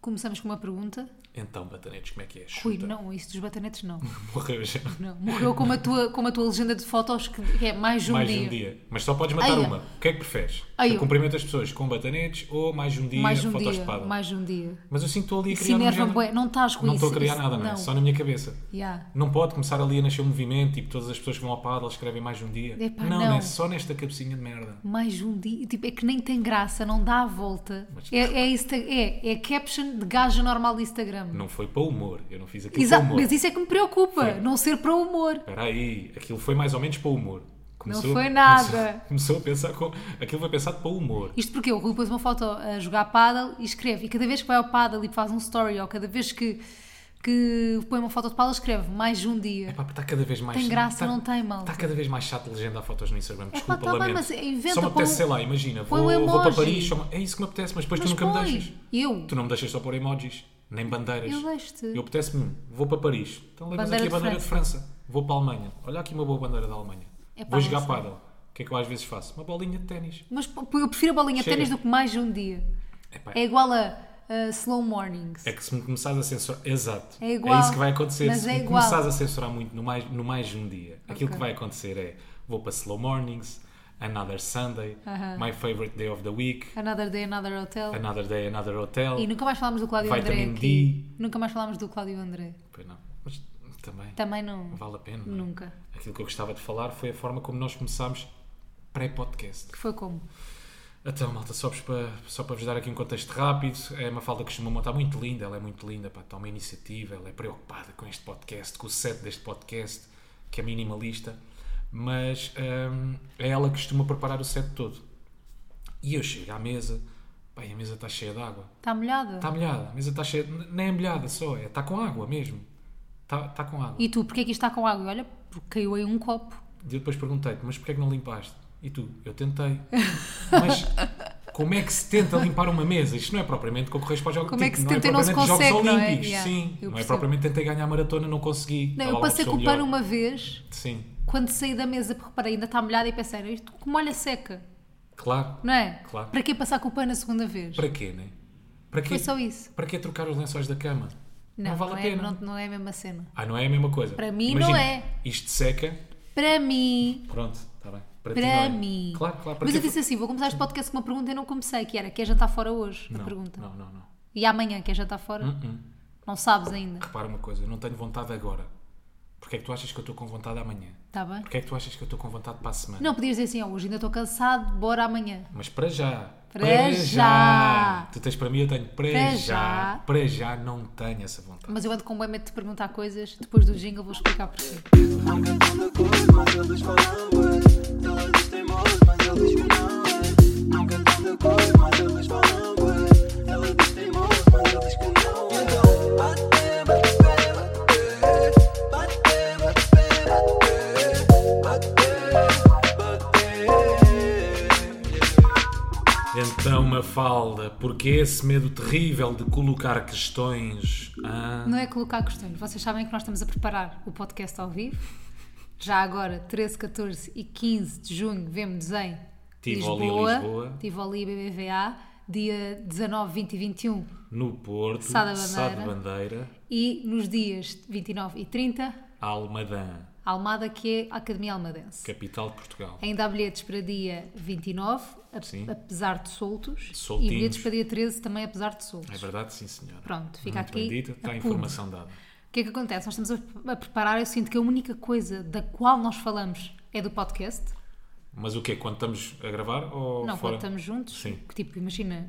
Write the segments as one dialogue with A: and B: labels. A: Começamos com uma pergunta.
B: Então, batanetes, como é que é?
A: Rui,
B: Chuta.
A: não, isso dos batanetes não.
B: Morreu já.
A: não. Morreu como a, tua, como a tua legenda de fotos que que é mais um
B: mais
A: dia.
B: um dia. Mas só podes matar
A: Ai,
B: uma. O que é que preferes?
A: Ai,
B: Eu
A: eu-
B: cumprimento as pessoas com batanetes ou mais um dia
A: mais um
B: fotos de
A: dia.
B: espada?
A: Mais um dia.
B: Mas eu sinto que estou ali a
A: Se
B: criar um
A: enerva
B: género-
A: bué. Não estás com
B: Não
A: isso.
B: estou a criar
A: isso-
B: nada, não é?
A: não.
B: Só na minha cabeça.
A: Yeah.
B: Não pode começar ali a nascer um movimento, tipo, todas as pessoas que vão ao paddle escrevem mais um dia.
A: Epá,
B: não,
A: não.
B: é só nesta cabecinha de merda.
A: Mais um dia. Tipo, é que nem tem graça, não dá a volta.
B: Mas-
A: É, é, Insta- é, é caption de gaja normal do Instagram.
B: Não foi para o humor. Eu não fiz aquilo
A: Exato,
B: para o humor.
A: mas isso é que me preocupa, não ser para o humor.
B: Espera aí, aquilo foi mais ou menos para o humor.
A: foi nada.
B: Começou, começou a pensar com... Aquilo foi pensado para o humor.
A: Isto porque o Rui pôs uma foto a jogar paddle e escreve, e cada vez que vai ao paddle e faz um story, ou cada vez que, que põe uma foto de paddle, escreve mais um dia.
B: Epá, É está cada vez mais...
A: Tem graça,
B: está-
A: não tem, malta.
B: Está cada vez mais chato legendar fotos no Instagram. Desculpa,
A: tá bem,
B: lamento.
A: mas inventa,
B: só me apetece,
A: põe um-
B: sei lá, imagina,
A: põe
B: vou,
A: um
B: vou para
A: emoji.
B: Paris, só me- é isso que me apetece, mas depois
A: Mas
B: tu nunca me deixas.
A: põe, eu,
B: Tu não me deixas só pôr emojis, nem bandeiras.
A: eu deixo-te.
B: Eu apetece-me, um, vou para Paris. Então levas
A: Bandeira
B: aqui a
A: de
B: bandeira de França. Vou para a Alemanha. Olha aqui uma boa bandeira da Alemanha.
A: É pá,
B: vou jogar
A: não sei.
B: pádel. O que é que eu às vezes faço? Uma bolinha de ténis.
A: Mas pô, eu prefiro a bolinha de
B: Chega.
A: ténis do que mais um dia.
B: Epá,
A: É igual a, a slow mornings.
B: É que se me começares a censurar. Exato.
A: É igual,
B: isso que vai acontecer.
A: mas
B: se
A: é
B: me
A: igual.
B: começares a censurar muito no mais, no mais um dia,
A: Ok.
B: aquilo que vai acontecer é: vou para Slow Mornings, Another Sunday,
A: Aham.
B: My Favorite Day of the Week,
A: Another day, another hotel.
B: Another Day, Another Hotel.
A: E nunca mais falámos do Cláudio
B: Vitamin
A: André aqui. Nunca mais falámos do Cláudio André.
B: Pois não. Mas também,
A: Também não.
B: não vale a pena. não é?
A: Nunca.
B: Aquilo que eu gostava de falar foi a forma como nós começámos pré-podcast.
A: Que foi como?
B: Então, malta, só para, só para vos dar aqui um contexto rápido, é uma falda que costuma montar muito linda, ela é muito linda, pá, toma iniciativa, ela é preocupada com este podcast, com o set deste podcast, que é minimalista, mas hum, é ela que costuma preparar o set todo. E eu chego à mesa, pá, e a mesa está cheia de água.
A: Está molhada?
B: Está molhada, a mesa está cheia, n- nem é molhada só, é, está com água mesmo. Está, está com água.
A: E tu, porquê é que isto está com água? E Olha, porque caiu aí um copo.
B: E eu depois perguntei-te, mas porquê é que não limpaste? E tu, eu tentei. Mas como é que se tenta limpar uma mesa? Isto não é propriamente concorrer para os jogos
A: Como é que se
B: tipo,
A: tenta e não se
B: propriamente
A: consegue, não é?
B: Jogos Olímpicos,
A: Yeah,
B: sim.
A: eu
B: Não é
A: percebo.
B: propriamente tentei ganhar a maratona, não consegui.
A: Não,
B: Estava
A: eu
B: lá uma
A: passei com
B: pessoa
A: o pano
B: melhor.
A: uma vez,
B: Sim,
A: quando saí da mesa porque reparei, ainda está molhada e pensei, "Não, isto como olha seca,
B: claro.
A: não é?
B: Claro.
A: Para que passar com o pano a segunda vez?
B: Para quê, né? Para quê?
A: Foi só isso.
B: Para quê trocar os lençóis da cama? Não, vale
A: não,
B: a
A: é,
B: pena.
A: não, não é a mesma cena.
B: Ah, não é a mesma coisa.
A: Para mim,
B: Imagina,
A: não é.
B: Isto seca,
A: Para mim,
B: pronto, está bem. Para, ti,
A: para
B: não é.
A: mim.
B: Claro, claro. para
A: Mas
B: ti é
A: eu disse assim, vou começar este podcast com uma pergunta e não comecei, que era, quer jantar fora hoje?
B: não,
A: a pergunta.
B: Não, não, não.
A: E amanhã, quer jantar fora?
B: Hum.
A: Não sabes ainda,
B: Repara uma coisa, eu não tenho vontade agora. Porquê é que tu achas que eu estou com vontade amanhã?
A: está Tá bem?
B: Porquê é que tu achas que eu estou com vontade para a semana?
A: Não podias dizer assim, "Oh, hoje ainda estou cansado, bora amanhã.
B: Mas para já.
A: Para já.
B: Tu tens para mim, eu tenho para,
A: Para
B: já.
A: já.
B: Para já não tenho essa vontade.
A: Mas eu ando com bem medo de te perguntar coisas, depois do jingle vou explicar porquê.
C: I can feel the good, mas eles falam ué. Tão eles teimosos, mas eles que não é. Não cantando good, mas eles falam ué. Ela diz teimoso, mas eles que não é. Então, bate, bate, bate, bate, bate, bate, bate, bate, yeah.
B: Então, Mafalda, porquê esse medo terrível de colocar questões? Ah,
A: Não é colocar questões. Vocês sabem que nós estamos a preparar o podcast ao vivo. Já agora, 13, 14 e 15 de junho, vemos em
B: Tivoli, Lisboa.
A: Tivoli BBVA, dia 19, 20 e 21
B: no Porto,
A: Sá da
B: Sá de
A: Bandeira.
B: Bandeira,
A: e nos dias 29 e 30,
B: Almadã,
A: Almada, que é a Academia Almadense.
B: capital de Portugal.
A: Ainda há bilhetes para dia 29, ap-
B: Sim.
A: apesar de soltos,
B: Soltinhos.
A: e bilhetes para dia 13 também apesar de soltos.
B: É verdade, sim, senhora.
A: Pronto, fica
B: Muito
A: aqui
B: bem dita, está a
A: apunto.
B: informação dada.
A: O que é que acontece? Nós estamos a, a preparar, eu sinto que a única coisa da qual nós falamos é do podcast.
B: Mas o quê? Quando estamos a gravar ou
A: não,
B: fora?
A: quando estamos juntos.
B: Sim.
A: Que, tipo, imagina,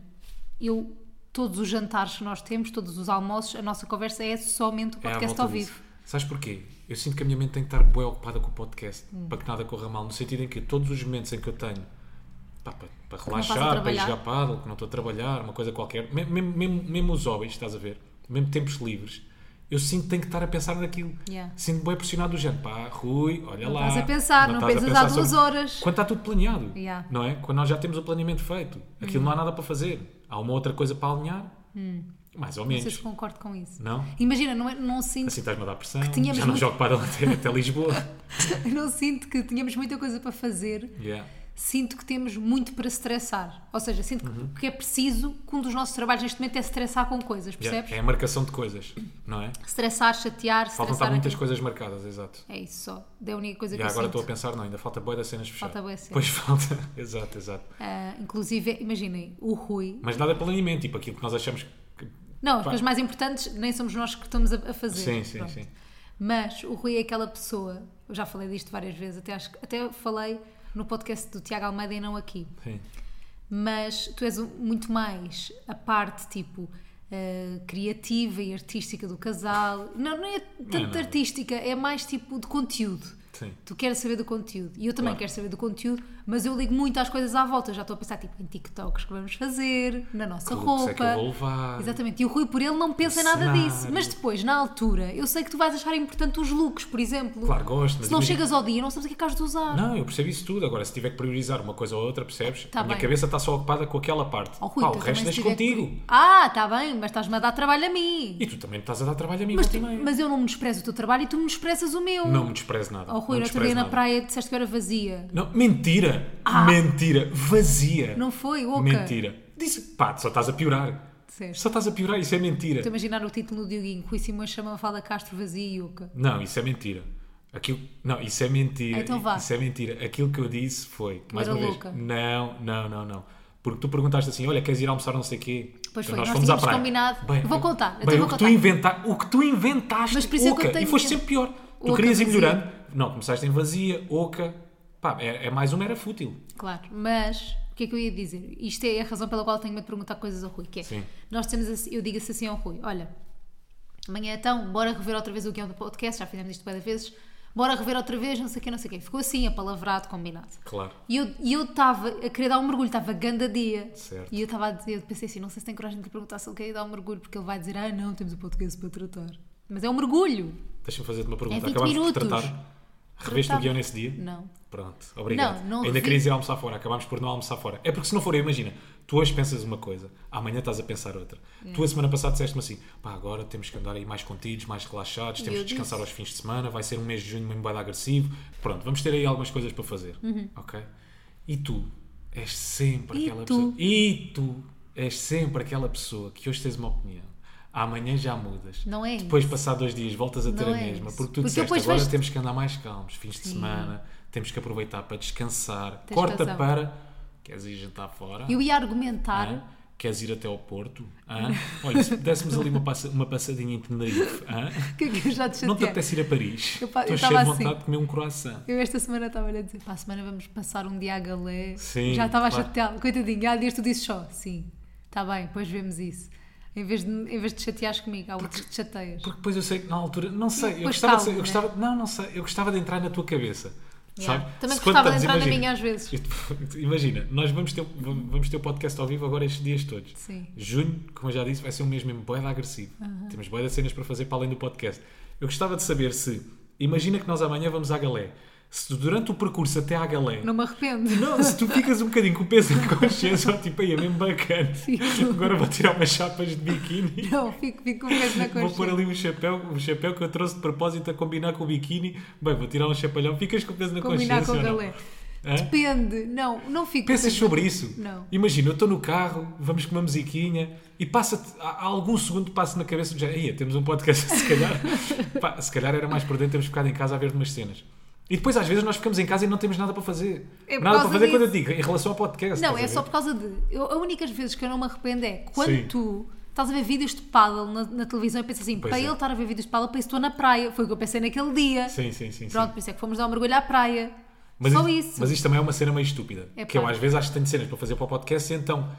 A: eu, todos os jantares que nós temos, todos os almoços, a nossa conversa é somente o
B: É à
A: podcast
B: volta
A: ao
B: disso.
A: vivo.
B: Sabes porquê? Eu sinto que a minha mente tem que estar bem ocupada com o podcast
A: Hum.
B: para que nada corra mal, no sentido em que todos os momentos em que eu tenho pá, para, para
A: não estás a
B: relaxar, para ir
A: trabalhar.
B: jogar paddle, que não estou a trabalhar, uma coisa qualquer, mesmo, mesmo- mesmo- mesmo os hobbies, estás a ver? Mesmo tempos livres, eu sinto que tenho que estar a pensar naquilo.
A: Yeah.
B: Sinto bem pressionado do género, pá, Rui, olha
A: Não
B: lá.
A: estás a pensar, não
B: estás a
A: pensas há
B: pensar
A: duas
B: sobre-
A: horas.
B: Quando está tudo planeado,
A: Yeah. Hum.
B: não é? Quando nós já temos o planeamento feito, aquilo não há nada para fazer, há uma outra coisa para alinhar, mais ou
A: Não sei
B: menos.
A: se concordo com isso.
B: Não?
A: Imagina, não, é- não sinto,
B: Assim estás-me a dar pressão.
A: tínhamos
B: Já não
A: muito-
B: jogo para até, até Lisboa.
A: não sinto que tínhamos muita coisa para fazer
B: Yeah.
A: sinto que temos muito para stressar. Ou seja, sinto que,
B: Uhum.
A: que é preciso que um dos nossos trabalhos neste momento é stressar com coisas, percebes?
B: É a marcação de coisas, não é?
A: Stressar, chatear,
B: Faltam estar
A: stressar.
B: muitas
A: aquilo.
B: coisas marcadas, exato.
A: É isso só. É a única coisa
B: E
A: que eu
B: agora
A: sinto.
B: estou a pensar, não, ainda falta boia das cenas fechadas.
A: Falta bué de
B: Pois falta, exato, exato.
A: Ah, inclusive, imaginem, o Rui.
B: Mas nada planeamento, tipo aquilo que nós achamos que.
A: Não, as
B: Pá.
A: coisas mais importantes nem somos nós que estamos a a fazer.
B: Sim, sim,
A: Pronto.
B: sim.
A: Mas o Rui é aquela pessoa, eu já falei disto várias vezes, até, acho, que- até falei no podcast do Tiago Almeida e não aqui.
B: Sim.
A: mas tu és um- muito mais a parte tipo eh, criativa e artística do casal. Não, não é tanto
B: não.
A: artística, é mais tipo de conteúdo.
B: Sim.
A: Tu queres saber do conteúdo e eu também
B: Claro.
A: quero saber do conteúdo, mas eu ligo muito às coisas à volta. Eu já estou a pensar tipo em TikToks que vamos fazer, na nossa
B: Que looks
A: roupa.
B: é que eu vou levar?
A: Exatamente. E o Rui por ele não pensa em nada
B: cenário.
A: disso. Mas depois, na altura, eu sei que tu vais achar importante os looks, por exemplo.
B: Claro, gosto, mas
A: Se não
B: imagina-
A: chegas ao dia, não sabes o que é que has de usar.
B: Não, eu percebo isso tudo. Agora, se tiver que priorizar uma coisa ou outra, percebes?
A: Tá
B: a minha
A: bem.
B: cabeça está só ocupada com aquela parte.
A: Ó, Oh, Rui,
B: Pá,
A: tu
B: o resto
A: também se
B: deixo
A: tiver que-
B: contigo.
A: Ah, está bem, mas estás-me a dar trabalho a mim.
B: E tu também me estás a dar trabalho a mim,
A: Mas,
B: volta
A: tu-
B: e meia.
A: mas eu não me desprezo o teu trabalho e tu me desprezas o meu.
B: Não me despreze nada.
A: Oh, Rui,
B: não
A: no outro
B: despreze
A: dia na
B: nada.
A: praia disseste que eu era vazia.
B: Não, mentira! Mentira! Vazia!
A: Ah. Não foi, oca?
B: Mentira! Disse, pá, só estás a piorar.
A: Disseste.
B: Só estás a piorar, isso é mentira.
A: Estou a imaginar o título no Dioguinho. Rui Simões chama Fala Castro vazia e oca.
B: Não, isso é mentira. Aquilo... Não, isso é mentira.
A: Então vá.
B: Isso é mentira. Aquilo que eu disse foi. mais
A: era
B: uma vez.
A: louca.
B: Não, não, não, não. Porque tu perguntaste assim: olha, queres ir almoçar não sei quê?
A: Pois
B: Então
A: foi, nós tínhamos combinado. Eu vou contar, então
B: Bem,
A: vou
B: o, que tu
A: contar.
B: inventa... o que tu inventaste,
A: Mas por isso é que
B: oca,
A: eu tenho
B: e foste
A: medo.
B: sempre pior. Tu
A: Oca,
B: querias ir
A: vazia.
B: melhorando. Não, começaste em vazia, oca. Pá, é, é mais uma, era fútil.
A: Claro, mas o que é que eu ia dizer? Isto é a razão pela qual tenho medo de perguntar coisas ao Rui. Que é,
B: Sim.
A: nós temos assim, eu digo-se assim ao Rui: olha, amanhã então, bora rever outra vez o guião do podcast, já fizemos isto várias vezes, bora rever outra vez, não sei o quê, não sei o quê. Ficou assim, apalavrado, combinado.
B: Claro.
A: E eu- e eu estava a querer dar um mergulho, estava ganda dia.
B: Certo.
A: E eu estava a dizer, eu pensei assim, não sei se tem coragem de lhe perguntar se ele quer ir dar um mergulho, porque ele vai dizer, ah não, temos o podcast para tratar. Mas é um mergulho.
B: Deixa-me fazer-te uma pergunta.
A: 20
B: Acabámos por
A: É minutos.
B: tratar. Reveste o
A: Tratava-
B: guião nesse dia?
A: Não.
B: Pronto, obrigado.
A: Não, não
B: Ainda
A: revi.
B: querias ir almoçar fora, acabámos por não almoçar fora. É porque se não for, eu, imagina, tu hoje pensas uma coisa, amanhã estás a pensar outra. Tu a semana passada disseste-me assim: pá, agora temos que andar aí mais contidos, mais relaxados, temos
A: eu
B: que descansar
A: disse.
B: aos fins de semana, vai ser um mês de junho mesmo bada agressivo. Pronto, vamos ter aí algumas coisas para fazer. Ok? E tu és sempre
A: Uhum. E
B: aquela
A: tu?
B: pessoa. E tu és sempre aquela pessoa que hoje tens uma opinião. Amanhã já mudas.
A: Não é
B: Depois, passar dois dias, voltas a ter
A: Não
B: a
A: é
B: mesma.
A: isso.
B: Porque
A: Porque
B: tu disseste
A: depois
B: agora
A: vais-
B: temos que andar mais calmos, fins de semana, temos que aproveitar para descansar.
A: Tens
B: Corta
A: razão.
B: para. Queres ir jantar fora?
A: Eu ia argumentar,
B: Hã? Queres ir até ao Porto? Hã? Olha, se dessemos ali uma, passa- uma passadinha em Tenerife, hã?
A: que é que eu já te
B: não te
A: chateei.
B: apetece ir a Paris?
A: Eu pa- eu
B: Estou
A: estava
B: cheio de
A: assim.
B: vontade de comer um croissant.
A: Eu esta semana estava-lhe a dizer, para a semana vamos passar um dia a galé.
B: Sim,
A: já estava a
B: claro.
A: chatear, coitadinho, há dias tu dizes só, sim, está bem, depois vemos isso. Em vez de, em vez de te chateares comigo, há outros que te chateias.
B: Porque depois eu sei que na altura, não sei, eu
A: depois
B: gostava,
A: calmo,
B: de, ser- eu
A: né?
B: gostava não, não sei, eu gostava de entrar na tua cabeça.
A: Yeah.
B: sabe?
A: Também
B: Se quando
A: gostava de
B: estamos,
A: entrar na
B: imagina-
A: minha às vezes.
B: Isto- Imagina, nós vamos ter, vamos ter o podcast ao vivo agora estes dias todos.
A: Sim.
B: Junho, como eu já disse, vai ser um mês mesmo boeda agressivo. Temos boeda de cenas para fazer para além do podcast. Eu gostava de saber se, imagina que nós amanhã vamos à galé, se durante o percurso até à galé,
A: Não me arrependo.
B: não, se tu ficas um bocadinho com o peso na consciência, ou tipo, aí é mesmo bacana, agora vou tirar umas chapas de biquíni.
A: Não, fico, fico com medo na
B: Vou pôr
A: consciência.
B: ali um chapéu, um chapéu que eu trouxe de propósito a combinar com o biquíni. Bem, vou tirar um chapalhão. Ficas com o peso na
A: Combinar com
B: consciência.
A: o
B: ou não?
A: galé.
B: Hã?
A: Depende, não, não fico.
B: Pensas sobre isso?
A: Não.
B: Imagina, eu estou no carro, vamos com uma musiquinha e passa-te, há há algum segundo que passa na cabeça do género, "Ia, temos um podcast, se calhar, pá, se calhar era mais prudente termos ficado em casa a ver umas cenas. E depois às vezes nós ficamos em casa e não temos nada para fazer.
A: É por
B: nada para
A: causa
B: fazer quando eu
A: disso.
B: digo, em relação ao podcast.
A: Não,
B: estás a
A: é
B: ver?
A: só por causa de. Eu, a única vezes que eu não me arrependo é quando
B: Sim.
A: tu estás a ver vídeos de paddle na, na televisão e pensas assim,
B: Pois
A: para
B: é.
A: ele estar a ver vídeos de paddle, para isso estou na praia. Foi o que eu pensei naquele dia.
B: Sim, sim, sim. sim.
A: Pronto, por isso é que fomos dar um mergulho à praia.
B: Mas
A: só
B: isto,
A: isso.
B: Mas isto também é uma cena meio estúpida.
A: É
B: que eu
A: pá.
B: às vezes acho que tenho cenas para fazer para o podcast e então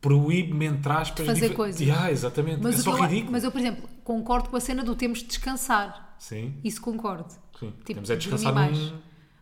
B: proíbe-me, entre aspas,
A: De fazer
B: fa-
A: coisas.
B: Yeah, exatamente.
A: Mas
B: é
A: o
B: só
A: que eu-
B: ridículo.
A: Mas eu, por exemplo, concordo com a cena do temos de descansar.
B: Sim.
A: Isso concordo.
B: Sim,
A: Tipo,
B: temos é de descansar
A: dormir mais.
B: num-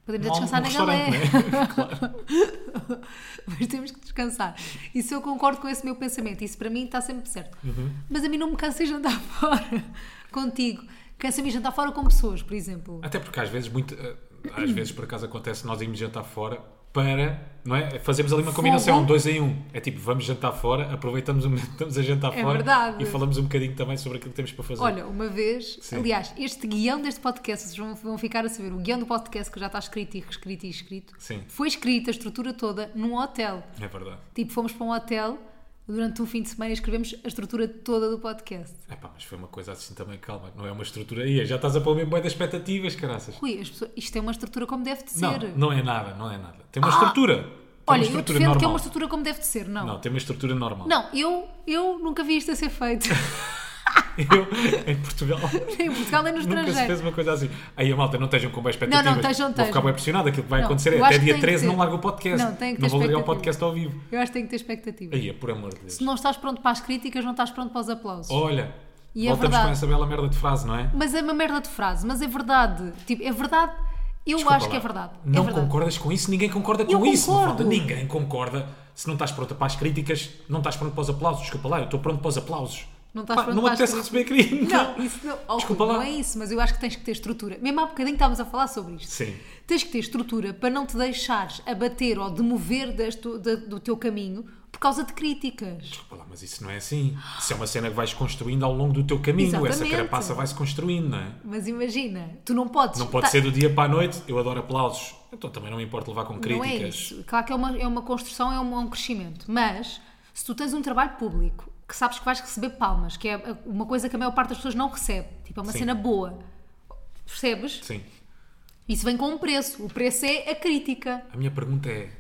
A: Podemos é
B: num
A: descansar na galé.
B: restaurante, não é? claro.
A: mas temos que descansar. Isso eu concordo com esse meu pensamento. Isso para mim está sempre certo.
B: Uhum.
A: Mas a mim não me cansa de jantar fora contigo. Cansa-me de jantar fora com pessoas, por exemplo.
B: Até porque às vezes, muito, eh, às vezes por acaso acontece nós irmos jantar fora para. Não é? Fazemos ali uma
A: Fogo.
B: combinação, um dois em um. É tipo, vamos jantar fora, aproveitamos o momento que estamos a jantar
A: É
B: fora
A: verdade.
B: e falamos um bocadinho também sobre aquilo que temos para fazer.
A: Olha, uma vez,
B: Sim.
A: aliás, este guião deste podcast, vocês vão, vão ficar a saber, o guião do podcast que já está escrito e reescrito e escrito,
B: Sim.
A: foi escrito, a estrutura toda, num hotel.
B: É verdade.
A: Tipo, fomos para um hotel durante um fim de semana e escrevemos a estrutura toda do podcast.
B: Epá, mas foi uma coisa assim também, calma, não é uma estrutura. Ia, já estás a pôr mesmo bem das expectativas, caraças.
A: Rui, as pessoas- isto é uma estrutura como deve de ser. Ah,
B: Não, não é nada, não é nada. Tem uma estrutura. Tem uma
A: Olha, eu
B: estrutura
A: defendo
B: normal.
A: que é uma estrutura como deve de ser, não. Não,
B: Não, tem uma estrutura normal.
A: eu, eu nunca vi isto a ser feito.
B: Eu, em Portugal,
A: em Portugal nem no
B: nunca se
A: estrangeiro.
B: fez uma coisa assim. Aí a malta, não estejam com boas expectativas.
A: Não, não, estejam,
B: Vou ficar
A: estejam.
B: bem pressionado, aquilo que vai
A: Não,
B: acontecer é
A: eu
B: até
A: acho que
B: dia
A: tem que
B: 13 não
A: ter.
B: largo o podcast.
A: Não, tem que ter
B: vou largar o
A: expectativa.
B: podcast ao vivo.
A: Eu acho que tem que ter expectativa.
B: Aí, por amor de Deus.
A: Se não estás pronto para as críticas, não estás pronto para os aplausos.
B: Olha,
A: E é
B: voltamos
A: verdade.
B: com essa bela merda de frase, não é?
A: Mas é uma merda de frase, mas é verdade. Tipo, é verdade. Eu
B: Desculpa
A: acho que
B: lá.
A: é verdade.
B: Não
A: é verdade.
B: concordas com isso? Ninguém concorda com
A: Eu
B: isso. não
A: concordo.
B: falta- Ninguém concorda. Se não estás pronta para as críticas, não estás pronto para os aplausos. Desculpa lá, eu estou pronto para os aplausos.
A: Não estás pronto
B: não
A: para
B: me
A: as
B: apetece receber críticas.
A: Não, isso não, oh,
B: Desculpa
A: Rui,
B: lá.
A: não é isso, mas eu acho que tens que ter estrutura. Mesmo há bocadinho estávamos a falar sobre isto.
B: Sim.
A: Tens que ter estrutura para não te deixares abater ou demover das tu- da- do teu caminho por causa de críticas.
B: Desculpa lá, mas isso não é assim. Isso é uma cena que vais construindo ao longo do teu caminho. Essa
A: Exatamente.
B: carapaça vai-se construindo, não é?
A: Mas imagina, tu não podes.
B: Não pode
A: tá-
B: ser do dia para a noite. Eu adoro aplausos. Então também não me importa levar com
A: Não é
B: críticas.
A: isso. Claro que é uma, é uma construção, é um, é um crescimento. Mas se tu tens um trabalho público que sabes que vais receber palmas, que é a- uma coisa que a maior parte das pessoas não recebe, tipo, é uma
B: Sim.
A: cena boa. Percebes?
B: Sim.
A: Isso vem com um preço. O preço é a crítica.
B: A minha pergunta é: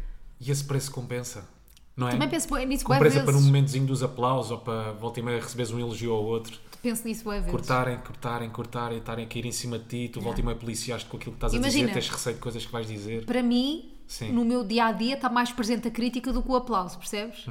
B: e esse preço compensa? Não é?
A: Também penso bué nisso bué
B: compensa
A: vezes.
B: para um momentozinho dos aplausos ou para volta e meia receberes um elogio ao outro.
A: Penso nisso bué vezes.
B: cortarem, cortarem, cortarem, estarem a cair em cima de ti, tu volta e meia policiaste com aquilo que estás a
A: Imagina.
B: dizer, tens receio de coisas que vais dizer.
A: Para mim,
B: Sim.
A: no meu dia a dia, está mais presente a crítica do que o aplauso, percebes?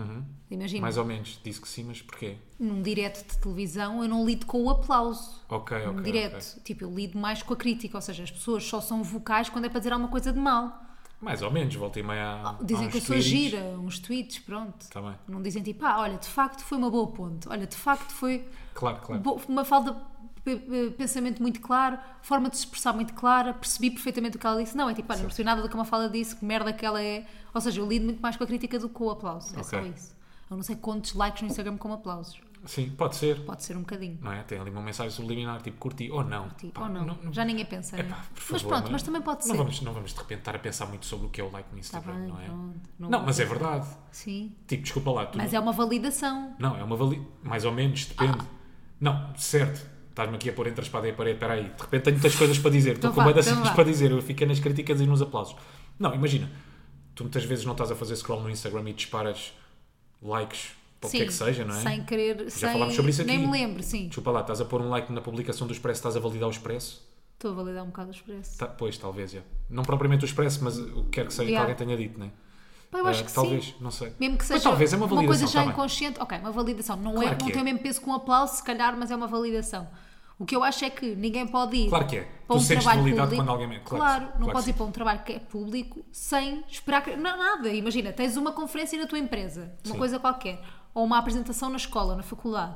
A: Imagina,
B: Uhum. Mais ou menos, disse que sim, mas porquê?
A: num direto de televisão eu não lido com o aplauso.
B: Ok,
A: num
B: ok.
A: direto.
B: ok.
A: Tipo, eu lido mais com a crítica, ou seja, as pessoas só são vocais quando é para dizer alguma coisa de mal.
B: Mais ou menos, volta e meia. há- há
A: Oh, Dizem
B: Ah, uns
A: que eu sou
B: tweets.
A: gira, uns tweets, pronto.
B: Tá bem.
A: Não dizem tipo, ah, olha, de facto foi uma boa ponte. Olha, de facto foi
B: Claro, claro.
A: bo- uma falta de pe- pe- eh, pensamento muito claro, forma de se expressar muito clara, percebi perfeitamente o que ela disse. Não, é tipo, ah, não percebi nada do que uma fala disse, que merda que ela é. Ou seja, eu lido muito mais com a crítica do que com o aplauso. É só
B: Ok.
A: isso. Eu não sei quantos likes no Instagram como aplausos.
B: Sim, pode ser.
A: Pode ser um bocadinho.
B: Não é? Tem ali uma mensagem subliminar, tipo curti ou não.
A: Tipo,
B: Pá,
A: ou não. Já ninguém pensa, né?
B: Epá, por
A: Mas
B: favor,
A: pronto,
B: não é?
A: mas também pode
B: Não
A: ser. Tá
B: vamos, não vamos de repente estar a pensar muito sobre o que é o like no Instagram,
A: bem,
B: não é?
A: pronto, não
B: Não,
A: vou
B: mas é
A: pensar.
B: verdade.
A: Sim.
B: Tipo, desculpa lá, tu
A: Mas é uma validação.
B: Não, é uma vali... Mais ou menos, depende.
A: Ah.
B: Não, certo. Estás-me aqui a pôr entre a espada e a parede. Espera aí. De repente tenho muitas coisas para dizer. Estou
A: Então
B: com
A: vá,
B: medo das
A: então
B: cenas
A: vá.
B: para dizer. Eu fiquei nas críticas e nos aplausos. Não, imagina. Tu muitas vezes não estás a fazer scroll no Instagram e disparas likes para o que é que seja, não é?
A: Sem querer.
B: Já
A: sem...
B: falámos sobre isso aqui.
A: Nem me lembro, sim.
B: Desculpa lá, estás a pôr um like na publicação do Expresso, estás a validar o Expresso?
A: Estou a validar um bocado o expresso.
B: Tá- pois, talvez, já. Não propriamente o Expresso, mas o que quer que seja
A: Yeah.
B: que alguém tenha dito, não é?
A: Pá, eu acho
B: Ah,
A: que
B: talvez,
A: sim.
B: não sei.
A: Mesmo que seja
B: mas talvez é uma validação.
A: coisa já
B: tá bem.
A: inconsciente. Ok, uma validação. Não,
B: Claro
A: é,
B: que
A: não
B: é.
A: tem o mesmo peso que um aplauso, se calhar, mas é uma validação. O que eu acho é que ninguém pode ir
B: Claro que é. Tu
A: para um
B: sentes
A: trabalho
B: validado
A: público.
B: quando alguém mente. Claro que sim,
A: não
B: claro que
A: podes
B: sim.
A: ir para um trabalho que é público sem esperar que... Não, nada. Imagina, tens uma conferência na tua empresa, uma
B: Sim.
A: coisa qualquer, ou uma apresentação na escola, na faculdade.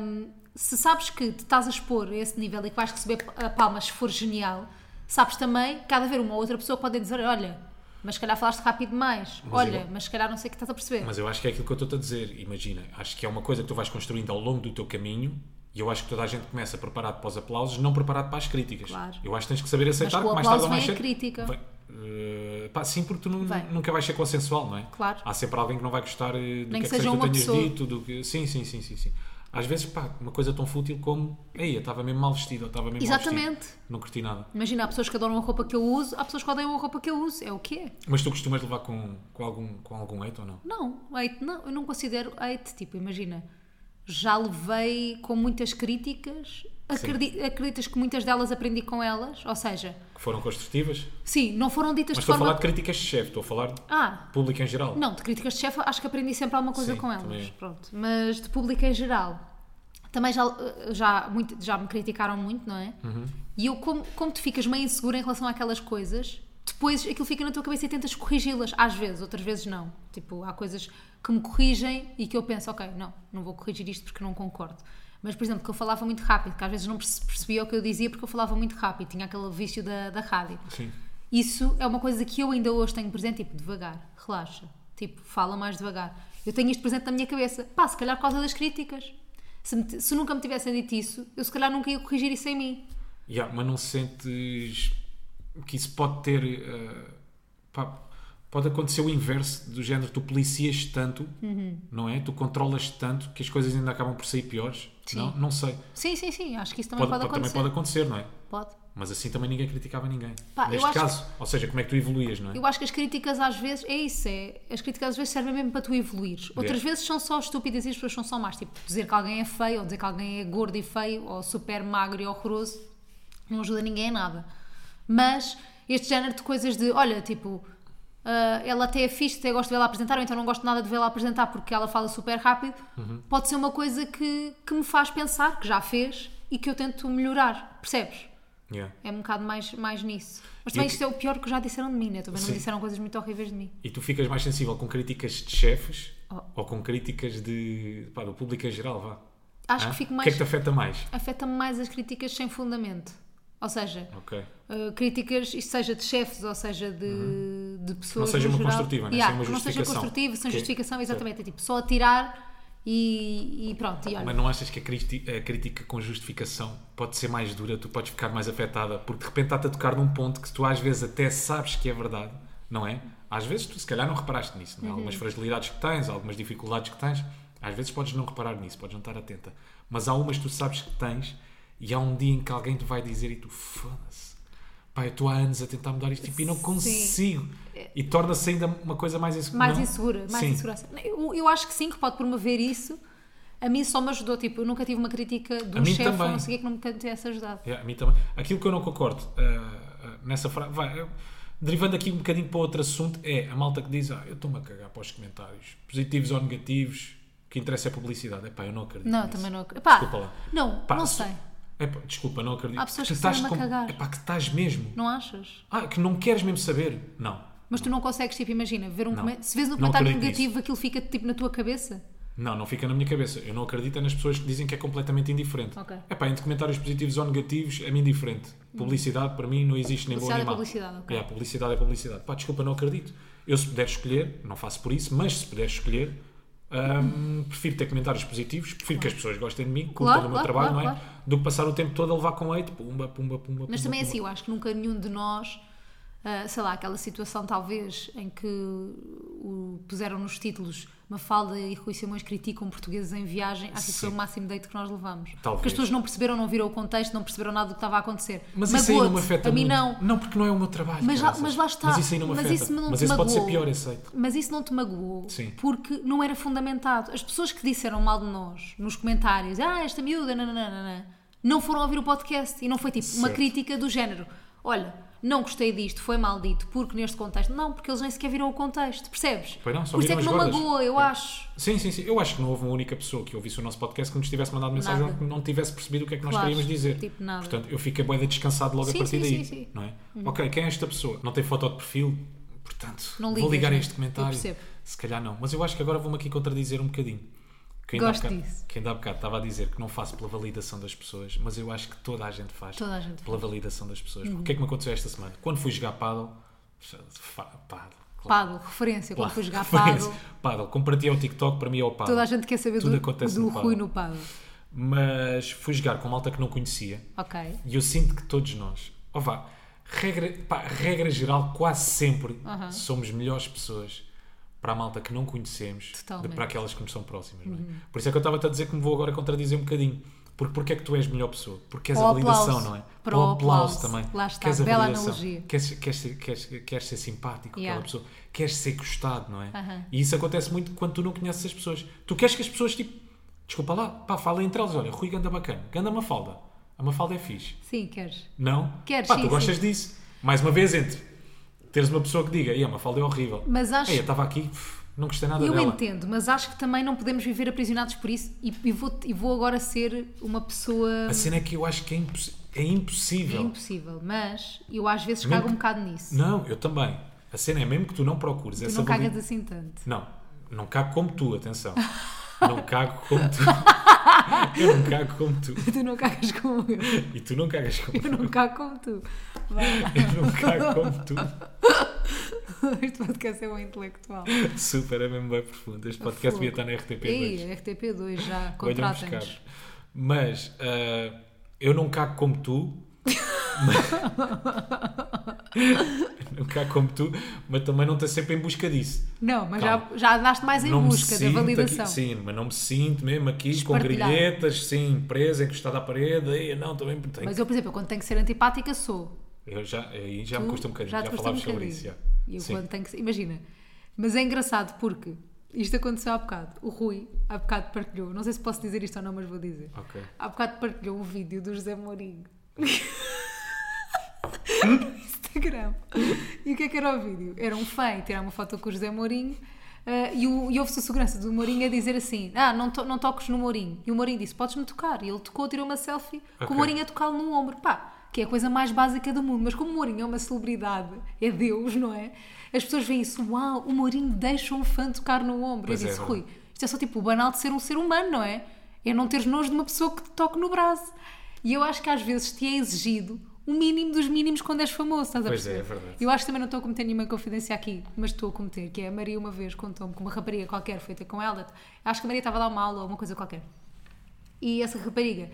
A: Hum, se sabes que te estás a expor a esse nível e que vais receber ah, palmas se for genial, sabes também que há de haver uma ou outra pessoa que pode dizer, olha, mas se calhar falaste rápido demais, olha,
B: eu-
A: mas se calhar não sei o que estás a perceber.
B: Mas eu acho que é aquilo que eu estou a dizer. Imagina, acho que é uma coisa que tu vais construindo ao longo do teu caminho e eu acho que toda a gente começa preparado para os aplausos, não preparado para as críticas.
A: Claro.
B: Eu acho que tens que saber aceitar
A: com o
B: que mais tarde ou
A: aplauso
B: mais
A: vem
B: cedo.
A: a crítica.
B: Vai- eh, pá, sim, porque tu nu-
A: Vem.
B: nunca vais ser consensual, não é?
A: Claro.
B: Há sempre alguém que não vai gostar eh, do que, é que
A: seja
B: seja que
A: uma
B: tenhas
A: pessoa.
B: dito. Do que... Sim, sim, sim, sim, sim. Às vezes, pá, uma coisa tão fútil como Ei, eu estava mesmo mal vestido, ou estava mesmo mal
A: Exatamente.
B: vestido. Não curti nada.
A: Imagina, há pessoas que adoram a roupa que eu uso, há pessoas que odeiam a roupa que eu uso. É o quê?
B: Mas tu costumas levar com, com algum, com algum hate ou não?
A: Não, hate não, eu não considero hate. Tipo, imagina, já levei com muitas críticas, Acredi- acreditas que muitas delas aprendi com elas? Ou seja,
B: Que foram construtivas?
A: sim, não foram ditas
B: Mas
A: de
B: estou a
A: forma.
B: falar de críticas de chefe, estou a falar de
A: Ah,
B: público em geral.
A: não, de críticas de chefe acho que aprendi sempre alguma coisa
B: Sim,
A: com elas.
B: também é. eu.
A: Pronto. Mas de público em geral. Também já, já, muito, já me criticaram muito, não é?
B: Uhum.
A: E eu, como, como tu ficas meio insegura em relação àquelas coisas, depois aquilo fica na tua cabeça e tentas corrigi-las. Às vezes, outras vezes não. Tipo, há coisas que me corrigem e que eu penso, ok, não, não vou corrigir isto porque não concordo. Mas, por exemplo, que eu falava muito rápido, que às vezes não perce- percebia o que eu dizia porque eu falava muito rápido, tinha aquele vício da, da rádio.
B: Sim.
A: Isso é uma coisa que eu ainda hoje tenho presente, tipo, devagar, relaxa, tipo, fala mais devagar. Eu tenho isto presente na minha cabeça, pá, se calhar por causa das críticas. Se, me ti- se nunca me tivessem dito isso, eu se calhar nunca ia corrigir isso em mim.
B: Yeah, mas não sentes que isso pode ter. eh, pá, pode acontecer o inverso do género, tu policias tanto,
A: Uhum.
B: não é? Tu controlas tanto que as coisas ainda acabam por sair piores.
A: Sim.
B: Não, não sei.
A: Sim, sim, sim, acho que isso também
B: Pode-
A: pode,
B: pode- também
A: acontecer.
B: pode acontecer, não é?
A: Pode.
B: Mas assim também ninguém criticava ninguém.
A: Pá, eu
B: Neste
A: acho
B: caso. Ou seja, como é que tu evoluías, não é?
A: Eu acho que as críticas às vezes, é isso, é, as críticas às vezes servem mesmo para tu evoluires. Outras vezes são só estúpidas e as pessoas são só más. Tipo, dizer que alguém é feio, ou dizer que alguém é gordo e feio, ou super magro e horroroso, não ajuda ninguém a nada. Mas este género de coisas de, olha, tipo, ah, ela até é fixe, até gosto de vê-la apresentar, ou então não gosto nada de vê-la apresentar porque ela fala super rápido,
B: Uhum.
A: pode ser uma coisa que, que me faz pensar, que já fez, e que eu tento melhorar, percebes?
B: Yeah.
A: É um bocado mais, mais nisso. Mas
B: E
A: também
B: o que-
A: isto é o pior que já disseram de mim, né? Também
B: Sim.
A: não disseram coisas muito horríveis de mim.
B: E tu ficas mais sensível com críticas de chefes
A: Oh.
B: ou com críticas de, pá, do público em geral, vá.
A: Acho
B: Hã?
A: que fico
B: O
A: mais.
B: que é que te afeta mais?
A: Afeta-me mais as críticas sem fundamento. Ou seja,
B: Ok.
A: uh, críticas, isto seja de chefes, ou seja, de, de pessoas.
B: Uhum.
A: no
B: Que não seja uma
A: geral.
B: construtiva, né? Sem uma
A: que não seja
B: justificação.
A: construtiva, sem
B: Ok.
A: justificação, exatamente. É tipo só atirar e, e pronto. E olha.
B: Mas não achas que a, criti- a crítica com justificação pode ser mais dura, tu podes ficar mais afetada, porque de repente está-te a tocar num ponto que tu às vezes até sabes que é verdade, não é? Às vezes tu se calhar não reparaste nisso,
A: Uhum.
B: não é? algumas fragilidades que tens, algumas dificuldades que tens, às vezes podes não reparar nisso, podes não estar atenta, mas há umas que tu sabes que tens e há um dia em que alguém te vai dizer e tu foda-se. Pá, eu estou há anos a tentar mudar isto tipo, e não
A: Sim. É.
B: consigo. E torna-se ainda uma coisa mais insegura.
A: mais
B: não?
A: insegura, mais
B: Sim.
A: insegurança. Eu, eu acho que sim, que pode promover isso. A mim só me ajudou, tipo, eu nunca tive uma crítica de
B: A
A: um
B: mim
A: chefe ou
B: também. É
A: não sei o que que não me tivesse ajudado.
B: Yeah, a mim também. Aquilo que eu não concordo ah, ah, nessa frase, vai, eu- derivando aqui um bocadinho para outro assunto, é a malta que diz: Ah, eu estou-me a cagar para os comentários, positivos ou negativos, o que interessa é publicidade. Epá, eu não acredito.
A: Não,
B: nisso.
A: também não acredito. Pá,
B: Desculpa lá.
A: Não,
B: Pá,
A: não
B: se-
A: sei.
B: Epá, desculpa, não acredito.
A: Há pessoas
B: Tu
A: que se
B: estás
A: estão-me a
B: como-
A: cagar.
B: Epá, que estás mesmo.
A: Não achas?
B: Ah, que não queres mesmo saber. Não,
A: Mas tu não consegues, tipo, imagina, ver um
B: Não.
A: comen- se vês um
B: Não
A: comentário
B: acredito
A: negativo, aquilo fica tipo na tua cabeça.
B: Não, não fica na minha cabeça. Eu não acredito é nas pessoas que dizem que é completamente indiferente.
A: Ok. Uhum.
B: É pá, entre comentários positivos ou negativos, é-me indiferente. Publicidade, para mim, não existe nem bom
A: Publicidade
B: nem
A: é
B: mau.
A: publicidade, ok.
B: É, publicidade é publicidade. Pá, desculpa, não acredito. Eu, se puder escolher, não faço por isso, mas se puder escolher, hum, prefiro ter comentários positivos, prefiro que as pessoas gostem de mim, curtam
A: Claro,
B: do meu
A: claro,
B: trabalho,
A: claro,
B: não é? Do que passar o tempo todo a levar com leite, pumba, pumba, pumba.
A: Mas
B: pumba,
A: também é
B: pumba.
A: assim, eu acho que nunca nenhum de nós, ah, sei lá, aquela situação talvez em que o, puseram nos títulos Mafalda e Rui Simões criticam portugueses em viagem, acho que isso foi o
B: Sim.
A: máximo date que nós levamos. Porque
B: Talvez.
A: as pessoas não perceberam, não viram o contexto, não perceberam nada do que estava a acontecer.
B: Mas isso aí não me
A: Magoou-te,
B: afeta
A: A mim
B: muito.
A: não.
B: Não, porque não é o meu trabalho.
A: Mas lá-
B: caraças.
A: mas lá está.
B: Mas isso aí não me
A: Mas
B: afeta.
A: isso não
B: mas
A: te
B: isso pode ser
A: magoou.
B: pior, aceito.
A: Mas isso não te magoou,
B: Sim.
A: porque não era fundamentado. As pessoas que disseram mal de nós nos comentários, ah, esta miúda, nananana, não foram ouvir o podcast e não foi tipo uma
B: Certo.
A: crítica do género. Olha, não gostei disto, foi mal dito, porque neste contexto. Não, porque eles nem sequer viram o contexto, percebes?
B: Pois não, só
A: Por isso é
B: viram
A: que
B: as
A: não
B: gordas.
A: magoou, eu
B: É.
A: acho.
B: Sim, sim, sim. Eu acho que não houve uma única pessoa que ouvisse o nosso podcast que nos tivesse mandado mensagem
A: Nada.
B: ou que não tivesse percebido o que é que nós
A: Claro,
B: queríamos dizer.
A: tipo nada.
B: Portanto, eu fiquei boeda descansado logo
A: Sim,
B: a partir
A: sim,
B: daí.
A: sim, sim. Uhum.
B: Não é? Ok, quem é esta pessoa? Não tem foto de perfil, portanto,
A: Não
B: vou
A: ligas,
B: ligar a
A: né?
B: este
A: Eu
B: comentário.
A: percebo.
B: Se calhar não. Mas eu acho que agora vou-me aqui contradizer um bocadinho. Que
A: Gosto
B: há bocado-
A: disso.
B: Que ainda há bocado estava a dizer que não faço pela validação das pessoas, mas eu acho que toda a gente faz
A: Toda a gente Uhum.
B: pela validação das pessoas. O que é que me aconteceu esta semana? Quando fui jogar paddle, fa- paddle, claro.
A: Pago, referência, quando fui jogar
B: Referência.
A: pago.
B: Paddle, como ti é o TikTok, para mim é o Paddle.
A: Toda a gente quer saber
B: Tudo
A: do,
B: acontece
A: do
B: no
A: Rui
B: paddle.
A: no pago.
B: Mas fui jogar com malta que não conhecia
A: Ok.
B: e eu sinto que todos nós, ó vá, regra, pá, regra geral, quase sempre somos melhores pessoas para a malta que não conhecemos do
A: Totalmente. Uhum.
B: que para aquelas que nos são próximas. não é? Por isso é que eu estava a dizer que me vou agora contradizer um bocadinho. Porque porque é que tu és melhor pessoa? Porque és
A: Para
B: a
A: o
B: validação,
A: aplauso.
B: não é?
A: Para o aplauso. Lá está,
B: Queres a
A: bela
B: validação.
A: analogia.
B: Queres, queres, ser, queres, queres ser simpático com
A: Yeah.
B: aquela pessoa. Queres ser gostado, não é?
A: Aham.
B: E isso acontece muito quando tu não conheces as pessoas. Tu queres que as pessoas, tipo, desculpa lá, pá, falem entre elas. Olha, Rui Ganda bacana, Ganda Mafalda. A Mafalda é fixe.
A: Sim, queres.
B: Não?
A: Queres,
B: Pá,
A: sim,
B: tu gostas
A: sim.
B: disso. Mais uma vez, entre teres uma pessoa que diga, e a Mafalda é horrível.
A: Mas acho-
B: Ei, eu estava aqui, pff, não gostei nada
A: Eu
B: dela.
A: entendo, mas acho que também não podemos viver aprisionados por isso e, e vou, e vou agora ser uma pessoa
B: A cena é que eu acho que é, impossi- é impossível.
A: impossível, mas eu às vezes
B: Mesmo
A: cago um
B: que-
A: bocado nisso.
B: Não, eu também. A cena é mesmo que tu não procures
A: Tu
B: essa
A: não cagas
B: valida-
A: assim tanto.
B: Não, não cago como tu, atenção. Não cago como tu. Eu não cago como tu.
A: Tu não cagas como eu.
B: E tu não cagas como
A: Eu não cago como tu. Vai lá.
B: Eu não cago como tu.
A: Este podcast é um intelectual.
B: Super, é mesmo bem profundo. Este podcast
A: Fogo.
B: devia estar na RTP2.
A: Ei, RTP2 já,
B: Olham buscar.
A: contrata-nos.
B: Mas ah, eu não cago como tu. mas- não cago como tu, mas também não estou sempre em busca disso.
A: Não, mas
B: Calma.
A: já, já andaste mais em
B: me
A: busca da
B: sinto
A: validação.
B: Aqui, sim, mas não me sinto mesmo aqui com
A: Espartilhada.
B: grilhetas, sim, presa, encostada à parede. Ei, não, também tenho.
A: Mas eu, por exemplo, quando tenho que ser antipática, sou.
B: Eu já, aí já
A: Tu
B: me custa um bocadinho, já,
A: te custa
B: falámos
A: um
B: sobre
A: bocadinho.
B: isso. já.
A: E eu
B: Sim.
A: quando tenho que ser- Imagina. Mas é engraçado porque isto aconteceu há bocado. O Rui, há bocado, partilhou. Não sei se posso dizer isto ou não, mas vou dizer.
B: Ok.
A: Há bocado partilhou um vídeo do José Mourinho. no Instagram. E o que é que era o vídeo? Era um fã a tirar uma foto com o José Mourinho ah, e, o- e houve-se a segurança do Mourinho a dizer assim: Ah, não, to- não toques no Mourinho. E o Mourinho disse: Podes-me tocar. E ele tocou, tirou uma selfie com o
B: Ok.
A: Mourinho a tocá-lo no ombro. Pá, que é a coisa mais básica do mundo. Mas como o Mourinho é uma celebridade, é Deus, não é? As pessoas veem isso: Uau, o Mourinho deixa um fã tocar no ombro.
B: Pois é,
A: eu disse:
B: verdade.
A: Rui, isto é só tipo o banal de ser um ser humano, não é? É não teres nojo de uma pessoa que te toque no braço. E eu acho que às vezes te é exigido o mínimo dos mínimos quando és famoso, estás a
B: Pois é,
A: perceber?
B: é verdade.
A: Eu acho que também não estou a cometer nenhuma confidência aqui, mas estou a cometer, que é a Maria uma vez contou-me que uma rapariga qualquer foi ter com ela. Acho que a Maria estava a dar uma aula ou uma coisa qualquer. E essa rapariga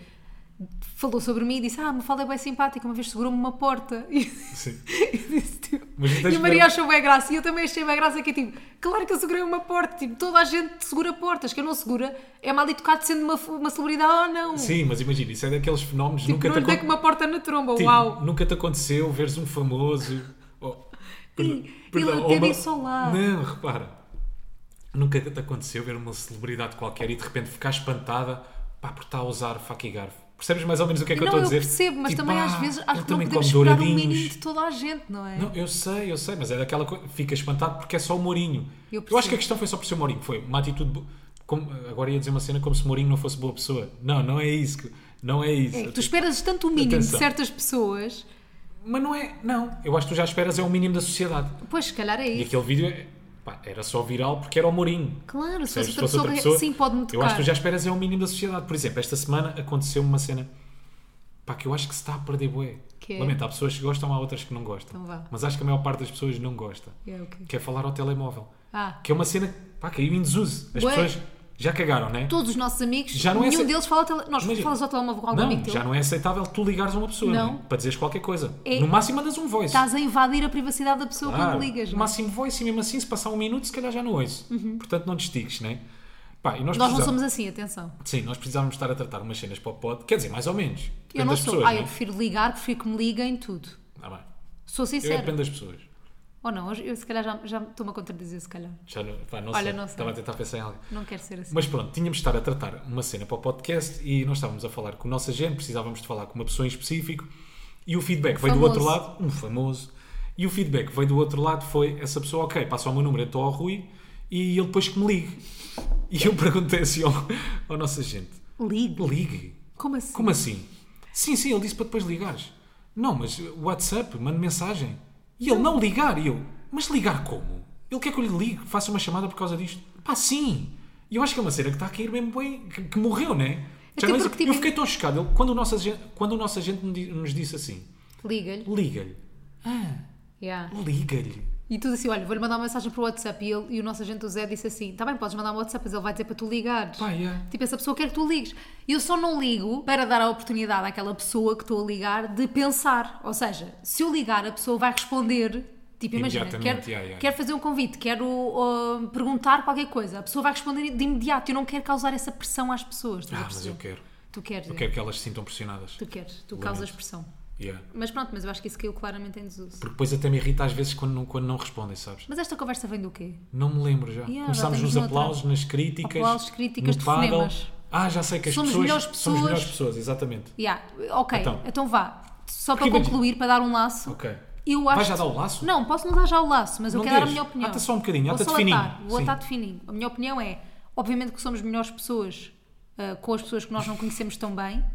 A: falou sobre mim e disse: Ah, me fala é bem simpática, uma vez segurou-me uma porta. E,
B: Sim.
A: e disse, tipo,
B: Mas não tens
A: e a Maria
B: medo?
A: achou bem graça. E eu também achei bem graça que é tipo, claro que eu segurei uma porta, tipo, toda a gente segura portas, quem não segura é mal educado sendo uma, uma celebridade ou não.
B: Sim, mas imagina, isso é daqueles fenómenos
A: tipo,
B: nunca
A: não
B: te
A: lhe dei
B: acon-
A: com uma porta na tromba,
B: Sim,
A: uau!
B: Nunca te aconteceu veres um famoso. Oh,
A: Ih, ele
B: ou
A: até disse olá.
B: Não, repara. Nunca te aconteceu ver uma celebridade qualquer e de repente ficar espantada pá, por estar a usar faca e garfo. Percebes mais ou menos o que é que eu
A: não,
B: estou a
A: eu
B: dizer?
A: percebo, mas
B: Tipo,
A: também
B: ah,
A: às vezes
B: ele
A: acho que não
B: também
A: podemos
B: come
A: esperar um o
B: douradinhos.
A: mínimo de toda a gente, não é?
B: Não, eu sei, eu sei, mas é daquela coisa. Fica espantado porque é só o Mourinho.
A: Eu
B: Eu,
A: percebo.
B: acho que a questão foi só por ser o Mourinho. Foi uma atitude. bo- como- agora ia dizer uma cena como se Mourinho não fosse boa pessoa. Não, não é isso. que- Não é isso.
A: É que tu esperas tanto o mínimo
B: Atenção.
A: de certas pessoas,
B: Mas não é. Não. Eu acho que tu já esperas é o mínimo da sociedade.
A: pois se calhar é
B: E
A: isso.
B: aquele vídeo é- pá, era só viral porque era o Mourinho.
A: Claro, se
B: Percebes?
A: fosse outra pessoa, sim, pode-me tocar.
B: eu acho que tu já esperas é o mínimo da sociedade. Por exemplo, esta semana aconteceu uma cena pá, que eu acho que se está a perder bué.
A: Que é?
B: Lamento, há pessoas que gostam, há outras que não gostam.
A: Então vá.
B: Mas acho que a maior parte das pessoas não gosta.
A: É, ok.
B: Que é falar ao telemóvel.
A: Ah.
B: Que é uma cena que pá, caiu em desuso. As
A: Bué.
B: pessoas já cagaram, né?
A: Todos os nossos amigos,
B: Já não é
A: nenhum
B: essa-
A: deles fala ao tele... Nós
B: Imagina.
A: falas ao telemóvel com algum
B: Não,
A: amigo teu.
B: já não é aceitável tu ligares a uma pessoa
A: Não.
B: né? para dizeres qualquer coisa.
A: É-
B: No máximo mandas um voice.
A: Estás a invadir a privacidade da pessoa
B: Claro,
A: quando ligas. não
B: o
A: é? Uhum.
B: máximo voice e mesmo assim, se passar um minuto, se calhar já não ouço. Portanto, não destigues, né? Pá, e nós,
A: Nós não
B: precisamos-
A: somos assim, atenção.
B: Sim, nós precisávamos estar a tratar umas cenas para o pod. Quer dizer, mais ou menos. Depende
A: eu não
B: das
A: sou.
B: pessoas.
A: ah,
B: né?
A: eu prefiro ligar, prefiro que me liguem tudo.
B: Ah, bem.
A: Sou
B: Eu é
A: sincera.
B: depende das pessoas.
A: Ou não, hoje- eu se calhar já já estou-me a contradizer, se calhar.
B: Já não, pá, não
A: Olha,
B: sei.
A: não sei.
B: Estava a tentar pensar em algo.
A: Não quero ser assim.
B: Mas pronto, tínhamos de estar a tratar uma cena para o podcast e nós estávamos a falar com o nosso agente, precisávamos de falar com uma pessoa em específico e o feedback veio do
A: Famoso.
B: outro lado, um famoso, e o feedback veio do outro lado foi essa pessoa, ok, passa o meu número, eu estou ao Rui e ele depois que me ligue. E eu perguntei assim ao, ao nosso agente,
A: Ligo.
B: ligue?
A: Como assim?
B: Como assim? Sim, sim, ele disse para depois ligares. Não, mas WhatsApp, manda mensagem. E ele não ligar. E eu, mas ligar como? Ele quer que eu lhe ligue, faça uma chamada por causa disto. Pá, sim. E eu acho que é uma cena que está a cair mesmo bem, que, que morreu, né?
A: Até
B: Já não é?
A: porque, tipo,
B: eu fiquei tão chocado. Ele- quando, o nosso agente, quando o nosso agente me di- nos disse assim,
A: Liga-lhe.
B: liga-lhe,
A: Ah. Yeah.
B: liga-lhe.
A: E tudo assim, olha, vou-lhe mandar uma mensagem para o WhatsApp e, ele, e o nosso agente, o Zé, disse assim, tá bem, podes mandar um WhatsApp, mas ele vai dizer para tu ligares.
B: Pá, yeah.
A: Tipo, essa pessoa quer que tu ligues. E eu só não ligo para dar a oportunidade àquela pessoa que estou a ligar de pensar. Ou seja, se eu ligar, a pessoa vai responder. Tipo, imagina, quer,
B: Imediatamente, yeah, yeah.
A: quer fazer um convite, quero ah, perguntar qualquer coisa. A pessoa vai responder de imediato. Eu não quero causar essa pressão às pessoas. estás a
B: Ah, mas eu
A: perceber?
B: quero.
A: Tu queres,
B: Eu
A: é.
B: quero que elas se sintam pressionadas.
A: tu queres, tu
B: Lamento.
A: causas pressão.
B: Yeah.
A: Mas pronto, mas eu acho que isso caiu claramente em desuso.
B: Porque depois até me irrita às vezes quando não, quando não respondem, sabes?
A: Mas esta conversa vem do quê?
B: Não me lembro já.
A: Yeah,
B: Começámos
A: já
B: nos
A: estamos noutra.
B: aplausos, nas críticas.
A: Aplausos, críticas,
B: no paddle.
A: telefonemas.
B: Ah, já sei que as
A: Somos
B: pessoas.
A: melhores
B: Somos
A: pessoas.
B: melhores pessoas, exatamente.
A: Yeah, ok,
B: Então.
A: então, vá. Só para
B: Porque imagina-
A: concluir, para dar um laço,
B: Ok.
A: eu acho.
B: Vais já
A: que-
B: dar o laço?
A: Não, posso não dar já o laço, mas
B: Não
A: eu quero dar a
B: deixes.
A: minha opinião.
B: Ata só um bocadinho,
A: Vou
B: ata-te
A: só
B: fininho.
A: atar, Vou
B: Sim.
A: atar-te fininho. A minha opinião é: obviamente que somos melhores pessoas ah, com as pessoas que nós não conhecemos tão bem,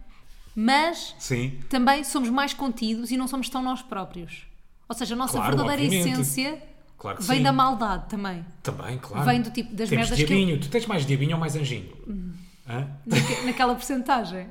A: mas
B: Sim.
A: também somos mais contidos e não somos tão nós próprios. Ou seja, a nossa
B: Claro,
A: verdadeira
B: obviamente.
A: essência
B: Claro que
A: vem
B: sim.
A: da maldade também.
B: Também, claro.
A: Vem do tipo das
B: Temos
A: merdas que eu- Hum.
B: diabinho. Tu tens mais diabinho ou mais anjinho? Hã?
A: naque- naquela porcentagem.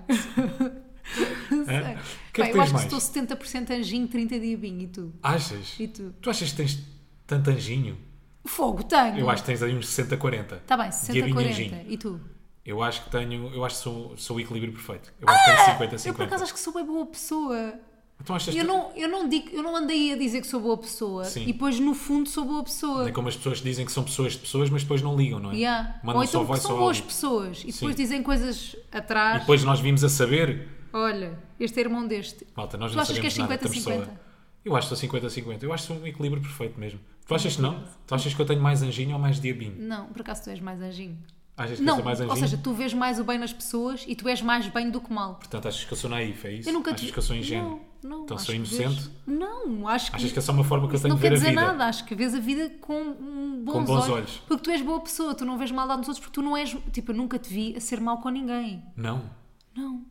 A: Não sei.
B: É? O que é
A: Pá, eu
B: que tens
A: acho
B: mais?
A: que estou 70% anjinho, 30% de abinho. E tu?
B: Achas?
A: E tu?
B: Tu achas que tens tanto anjinho?
A: Fogo, tenho!
B: Eu acho que tens aí uns 60-40.
A: Está Hum. Tá bem,
B: De abinho e
A: 60-40.
B: anjinho.
A: E tu?
B: Eu acho que tenho. Eu acho que sou, sou o equilíbrio perfeito. Eu acho que tenho 50-50.
A: Ah! Eu por acaso acho que sou bem boa pessoa.
B: Então achas
A: Eu
B: que.
A: não, eu não digo, eu não andei a dizer que sou boa pessoa
B: Sim.
A: e depois no fundo sou boa pessoa.
B: É como as pessoas dizem que são pessoas de pessoas, mas depois não ligam, não é?
A: Yeah.
B: Mandam
A: Ou
B: só
A: então
B: voz
A: porque
B: só
A: são boas
B: áudio.
A: pessoas e depois
B: Sim.
A: dizem coisas
B: E
A: atrás.
B: depois nós vimos a saber.
A: Olha, este é irmão deste.
B: Malta, nós
A: Tu
B: não
A: achas que
B: sabemos
A: é
B: nada. estamos só a-
A: 50-50?
B: Eu acho que sou 50-50. Eu acho que sou um equilíbrio perfeito mesmo. Tu achas que não? Tu achas que eu tenho mais anjinho ou mais diabinho?
A: Não, por acaso tu és mais anjinho.
B: Achas que eu
A: Não,
B: sou mais anjinho?
A: ou seja, tu vês mais o bem nas pessoas e tu és mais bem do que mal.
B: Portanto, achas que eu sou naif, é isso?
A: Eu nunca te-
B: achas que eu sou ingênuo?
A: Não, não.
B: Então
A: acho
B: sou
A: que
B: inocente?
A: vês- Não, acho que.
B: Achas que é só uma forma que eu
A: isso
B: tenho
A: não
B: de
A: quer
B: ver a
A: dizer
B: vida?
A: nada, acho que vês a vida com, um bons,
B: Com bons
A: olhos,
B: olhos.
A: Porque tu és boa pessoa, tu não vês maldade nos outros, porque tu não és. Tipo, eu nunca te vi a ser mau com ninguém.
B: Não.
A: Não.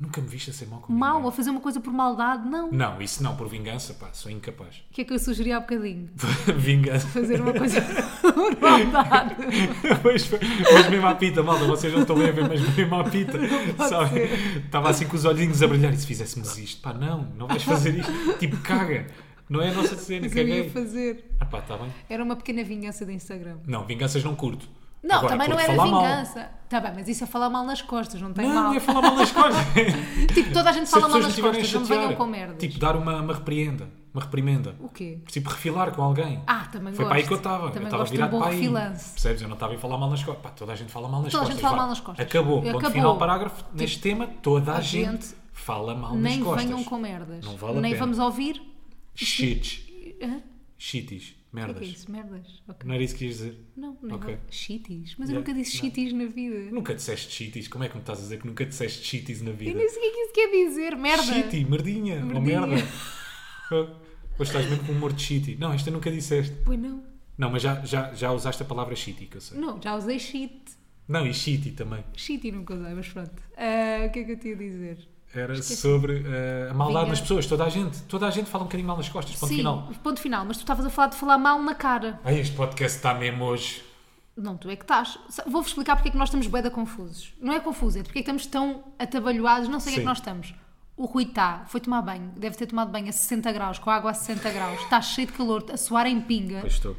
B: Nunca me viste a ser mau com
A: Mau,
B: ninguém.
A: a fazer uma coisa por maldade, não.
B: Não, isso não, por vingança, pá, sou incapaz.
A: O que é que eu sugeri há bocadinho?
B: vingança.
A: Fazer uma coisa por maldade.
B: Hoje, foi- hoje mesmo à pita, malta, vocês não estão bem a ver, mas mesmo à pita,
A: pode
B: sabe? Estava assim com os olhinhos a brilhar e se fizéssemos isto, pá, não, não vais fazer isto, tipo, caga, não é a nossa cena,
A: Mas eu ia
B: caguei.
A: fazer.
B: Ah, pá, está bem.
A: Era uma pequena vingança de Instagram.
B: Não, vinganças não curto.
A: Não,
B: Agora,
A: também não
B: curto
A: era
B: falar mal.
A: vingança. Tá bem, mas isso é falar mal nas costas, não tem
B: Não,
A: mal.
B: é falar mal das coisas.
A: Tipo, toda a gente
B: Se as
A: fala mal
B: pessoas me
A: nas
B: estiverem a
A: costas, não me venham
B: chatear,
A: com merdas.
B: tipo, dar uma, uma repreenda, uma reprimenda.
A: O quê?
B: Tipo, refilar com alguém.
A: Ah, também
B: Foi
A: gosto.
B: para aí que eu estava. Eu
A: Também
B: estava
A: gosto de um
B: virado
A: bom
B: para aí.
A: refilance.
B: Percebes? Eu não estava a falar mal nas costas. Pá, toda a gente fala mal nas
A: Toda a
B: costas.
A: gente fala
B: vá.
A: mal nas costas.
B: Acabou. Ponto
A: Acabou. Tipo,
B: final, parágrafo. Neste tema, toda a,
A: a
B: gente,
A: gente
B: fala mal
A: Nem
B: nas costas.
A: venham com merdas.
B: Não vale a
A: Nem
B: pena.
A: vamos ouvir.
B: Shits.
A: Hã?
B: Shitis.
A: O que é
B: Merdas.
A: isso? Merdas? Ok.
B: Não era isso que ias dizer.
A: Não, nem
B: Ok.
A: okay. Shitties. Mas
B: Yeah,
A: eu nunca disse
B: não.
A: shitties na vida.
B: Nunca disseste shitis. Como é que me estás a dizer que nunca disseste shitis na
A: Eu
B: vida?
A: nem sei o que é que isso quer dizer. Merda.
B: Shitty, merdinha. Ou
A: Merdinha.
B: merda. Hoje estás mesmo com um humor de shitty. Não, esta nunca disseste.
A: Pois não.
B: Não, mas já, já, já usaste a palavra shitty, que eu sei.
A: Não, já usei shit.
B: Não, e shitty também.
A: Shitty nunca usei, mas pronto. Ah, o que é que eu tinha a dizer?
B: Era sobre eh, a maldade
A: Vingança.
B: das pessoas, toda a gente. Toda a gente fala um bocadinho mal nas costas, ponto
A: Sim,
B: final.
A: ponto final. Mas tu estavas a falar de falar mal na cara.
B: Ai, este podcast está mesmo hoje.
A: Não, tu é que estás. Sa- Vou-vos explicar porque é que nós estamos bué da confusos. Não é confuso, é porque é que estamos tão atabalhoados, não sei o que é
B: Sim.
A: que nós estamos. O Rui está, foi tomar banho, deve ter tomado banho a 60 graus, com a água a 60 graus, está cheio de calor, a suar em pinga
B: Pois estou.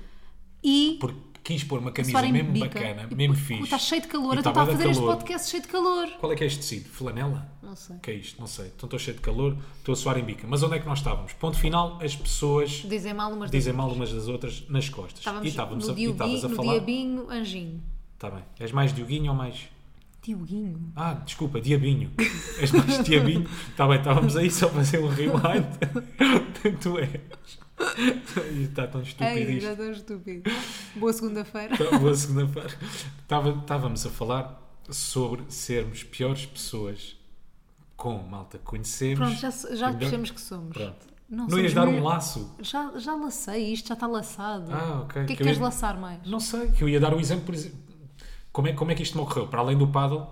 A: e
B: Porque quis pôr uma
A: a
B: camisa
A: suar em
B: mesmo
A: bica.
B: bacana,
A: E
B: mesmo
A: o-
B: fixe.
A: Está cheio de calor,
B: E
A: então está
B: tá
A: a
B: bué de
A: fazer este
B: calor.
A: podcast cheio de calor.
B: Qual é que é este tecido? Flanela?
A: Não sei.
B: O que é isto? Não sei. Então estou cheio de calor, estou a suar em bica. Mas onde é que nós estávamos? Ponto final, as pessoas
A: Dizem mal umas
B: dizem mal umas das outras nas costas.
A: Estávamos,
B: e estávamos
A: no,
B: a, e
A: diubi-
B: estavas a
A: no
B: falar.
A: diabinho, anjinho.
B: Está bem. És mais Dioguinho ou mais.
A: Dioguinho?
B: Ah, desculpa, Diabinho. És mais Diabinho. Está bem, estávamos aí só a fazer um rewind. tu és. Está tão estúpido
A: Ai, já
B: isto.
A: estou estúpido. Boa segunda-feira.
B: Tá, Boa segunda-feira. Estava- Estávamos a falar sobre sermos piores pessoas com malta que conhecemos.
A: Pronto, já, já
B: Melhor-
A: percebemos que somos.
B: Pronto.
A: Não,
B: Não ias
A: somos
B: dar um
A: melhor-
B: laço?
A: Já, já lacei, isto já está laçado.
B: Ah, ok.
A: O que é que
B: Eu ia-
A: queres laçar mais?
B: Não sei, que eu ia dar um exemplo, por exemplo. Como é, como é que isto me ocorreu? Para além do paddle,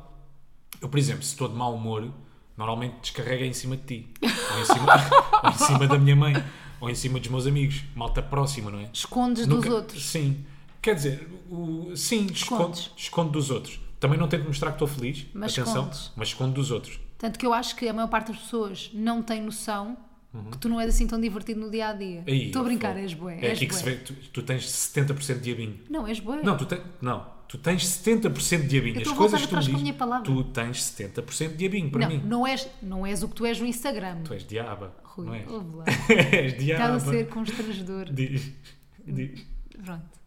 B: eu, por exemplo, se estou de mau humor, normalmente descarrega em cima de ti. Ou em cima, ou em cima da minha mãe. Ou em cima dos meus amigos. Malta próxima, não é?
A: Escondes
B: Nunca-
A: dos outros.
B: Sim. Quer dizer, o- sim, escondo,
A: Escondes.
B: escondo dos outros. Também não tento mostrar que estou feliz,
A: Mas
B: atenção,
A: escondes.
B: mas escondo dos outros.
A: Tanto que eu acho que a maior parte das pessoas não tem noção que tu não és assim tão divertido no dia a dia.
B: Uhum. Aí,
A: Estou a brincar,
B: fogo.
A: és bué.
B: É
A: és
B: aqui que
A: bué.
B: se vê, tu, tu tens 70% de diabinho.
A: Não, és bué.
B: Não, tu, te... não, tu tens 70% de diabinho.
A: Eu
B: As
A: estou a voltar
B: coisas que tu me
A: atrás com a
B: dizes,
A: minha palavra.
B: tu tens 70% de diabinho para
A: não,
B: mim.
A: não és, não és o que tu és no Instagram.
B: Tu és diaba,
A: Rui,
B: não és?
A: ouve lá.
B: és
A: Está
B: diaba.
A: a ser constrangedor.
B: Diz, diz.
A: Pronto.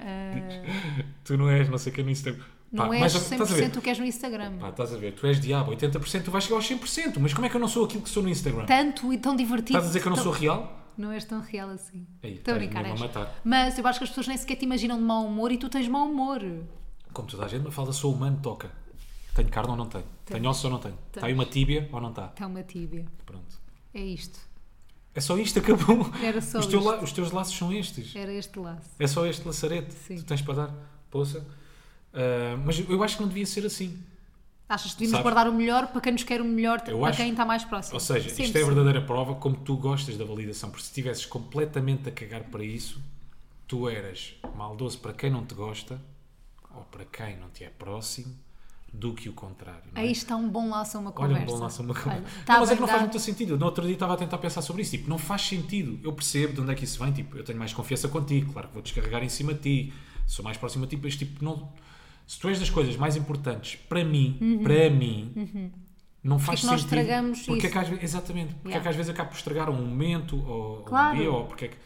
A: Ah,
B: Tu não és, não sei o que no Instagram.
A: não
B: Pá,
A: és
B: mas estás a ver?
A: 100% o que és no Instagram.
B: Pá, estás a ver, tu és diabo, 80%, tu vais chegar aos 100%, mas como é que eu não sou aquilo que sou no Instagram?
A: Tanto e tão divertido.
B: Estás a dizer que eu não
A: tão-
B: sou real?
A: Não és tão real assim.
B: Ei,
A: Estou a
B: estás
A: brincar, és.
B: mesmo a matar.
A: Mas eu acho que as pessoas nem sequer te imaginam de mau humor e tu tens mau humor.
B: Como toda a gente, mas fala, sou humano, toca. Tenho carne ou não tenho?
A: Tá.
B: Tenho osso ou não tenho? Está aí uma tíbia ou não está?
A: Está Tá uma tíbia.
B: Pronto.
A: É isto.
B: É só isto, acabou.
A: Era só
B: os, teu
A: isto.
B: la- os teus laços são estes.
A: Era este laço.
B: É só este laçarete
A: Sim.
B: que tu tens para dar. Poça. Ah, mas eu acho que não devia ser assim.
A: Achas que devíamos
B: Sabes?
A: guardar o melhor para quem nos quer o melhor,
B: Eu
A: para
B: acho-
A: quem está mais próximo?
B: Ou seja,
A: Sim,
B: isto é a
A: sim.
B: verdadeira prova como tu gostas da validação. Porque se estivesses completamente a cagar para isso, tu eras maldoso para quem não te gosta ou para quem não te é próximo do que o contrário. não é?
A: Aí está um bom laço a uma
B: Olha,
A: conversa.
B: um bom laço uma
A: Olha,
B: conversa.
A: tá
B: Não, mas
A: a
B: é que não faz
A: verdade.
B: muito sentido. No outro dia estava a tentar pensar sobre isso. Tipo, não faz sentido. Eu percebo de onde é que isso vem. Tipo, eu tenho mais confiança contigo. Claro que vou descarregar em cima de ti. Sou mais próximo a ti. Mas, tipo, não... se tu és das coisas mais importantes para mim, para mim, não faz
A: que Uhum. Tipo, nós
B: sentido.
A: estragamos
B: porque é
A: isso?
B: que às vezes, exatamente. Porque é
A: Yeah.
B: que às vezes acabo por estragar um momento ou
A: Claro.
B: um dia ou porque é que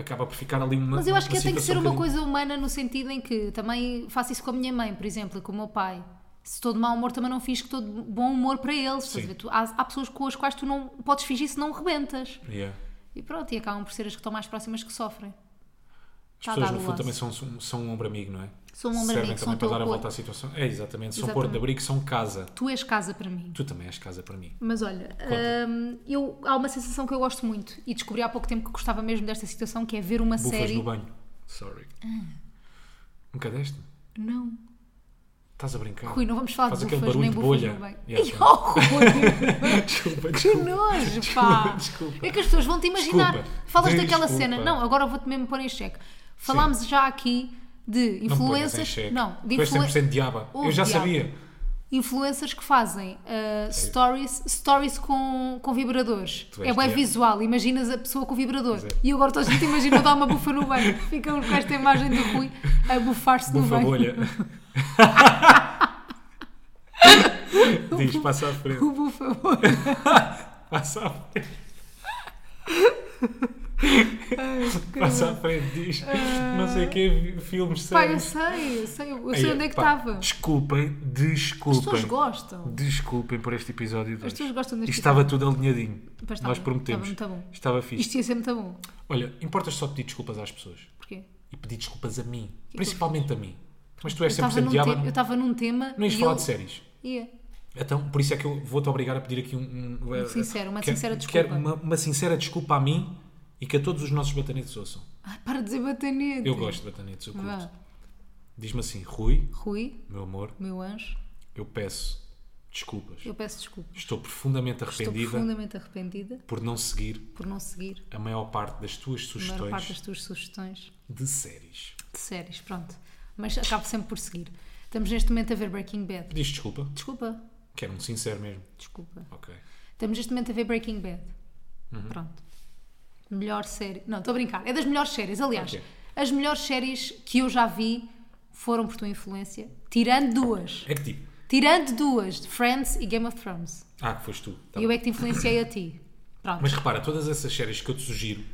B: acaba por ficar ali uma
A: Mas eu acho que
B: uma
A: eu tenho que ser
B: situação
A: uma
B: um bocadinho-
A: coisa humana no sentido em que também faço isso com a minha mãe, por exemplo, e com o meu pai. Se estou de mau humor, também não finjo que estou de bom humor para eles. estás a
B: Sim.
A: ver? Tu- há, há pessoas com as quais tu não podes fingir se não rebentas.
B: Yeah.
A: E pronto, e acabam por ser as que estão mais próximas que sofrem.
B: As
A: Tá
B: pessoas,
A: dado
B: no
A: o
B: fundo, também
A: lance.
B: são, são, são um ombro amigo, não é?
A: São um ombro
B: Servem
A: amigo,
B: também
A: são
B: para
A: teu
B: dar a
A: apoio.
B: volta à situação. É, exatamente. São
A: Exatamente.
B: porto de abrigo, são casa.
A: Tu és casa para mim.
B: Tu também és casa para mim.
A: Mas olha, hum, eu, há uma sensação que eu gosto muito e descobri há pouco tempo que gostava mesmo desta situação, que é ver uma
B: Bufas
A: série.
B: no banho. Sorry.
A: Ah.
B: Nunca deste?
A: Não.
B: Estás a brincar?
A: Rui, não vamos falar
B: Faz
A: de
B: aquele
A: bufas
B: barulho
A: nem
B: de
A: bufas
B: bolha.
A: no banho.
B: Yeah,
A: Ai,
B: sim.
A: oh, Rui,
B: Desculpa,
A: que
B: desculpa.
A: nojo, pá!
B: desculpa.
A: É que as pessoas vão-te imaginar.
B: Desculpa.
A: Falas daquela
B: Desculpa.
A: cena. Não, agora eu vou-te mesmo pôr em xeque. Falámos já aqui de
B: Não me ponhas em
A: influências.
B: xeque.
A: Não, de
B: Tu és
A: influen-
B: 100% diaba.
A: Oh,
B: Eu já
A: diabo.
B: sabia.
A: influencers que fazem uh, stories, stories com, com vibradores.
B: Tu és
A: É bem
B: que é.
A: visual, imaginas a pessoa com o vibrador.
B: Pois é.
A: E agora toda a gente imagina dar uma bufa no banho. Ficam com esta imagem do Rui a bufar-se no
B: Bufa
A: banho.
B: bolha. Diz, passa à frente.
A: O bufa bolha.
B: Passa à frente. Passa à frente, diz.
A: Ah.
B: Não sei o que, filmes
A: Pá, eu
B: sérios.
A: sei, eu sei, eu
B: Aí,
A: sei onde é que
B: pá,
A: estava. As
B: Desculpem,
A: pessoas
B: desculpem.
A: gostam.
B: Desculpem por este episódio. de hoje.
A: pessoas gostam deste
B: Isto estava tudo alinhadinho.
A: Pois tá está
B: Nós
A: bom,
B: prometemos.
A: está bom, está bom.
B: Estava fixe.
A: Isto ia ser muito bom.
B: Olha, importas só pedir desculpas às pessoas.
A: Porquê?
B: E pedir desculpas a mim.
A: que
B: principalmente a mim. Mas tu
A: Eu
B: és
A: estava
B: 100%
A: num,
B: diabo.
A: te- eu
B: Não,
A: estava num tema.
B: não ias
A: e
B: falar
A: eu-
B: de séries.
A: Ia.
B: Então, por isso é que eu vou-te obrigar a pedir aqui um. um- eh,
A: sincero, uma
B: quero-
A: sincera desculpa.
B: Quero uma, uma sincera desculpa a mim e que a todos os nossos batanetes ouçam.
A: Ai, para de dizer batanete.
B: Eu gosto de batanetes, eu curto.
A: Vá.
B: Diz-me assim, Rui,
A: Rui,
B: meu amor,
A: meu anjo,
B: eu peço desculpas.
A: eu peço desculpa.
B: Estou profundamente
A: Estou
B: arrependida
A: profundamente arrependida.
B: por não seguir
A: por não seguir
B: a maior parte das tuas
A: a maior parte das
B: sugestões
A: tuas sugestões
B: de séries.
A: de séries, pronto. Mas acabo sempre por seguir. Estamos neste momento a ver Breaking Bad.
B: Pediste desculpa?
A: Desculpa,
B: Quero-me sincero mesmo.
A: desculpa.
B: Ok.
A: Estamos neste momento a ver Breaking Bad.
B: Uhum.
A: Pronto. Melhor série. Não, estou a brincar. É das melhores séries. Aliás,
B: Ok.
A: as melhores séries que eu já vi foram por tua influência. Tirando duas.
B: É que tipo.
A: Tirando duas, de Friends e Game of Thrones.
B: Ah, que foste tu. Tá
A: E eu
B: bem.
A: é que te influenciei a ti. Pronto.
B: Mas repara, todas essas séries que eu te sugiro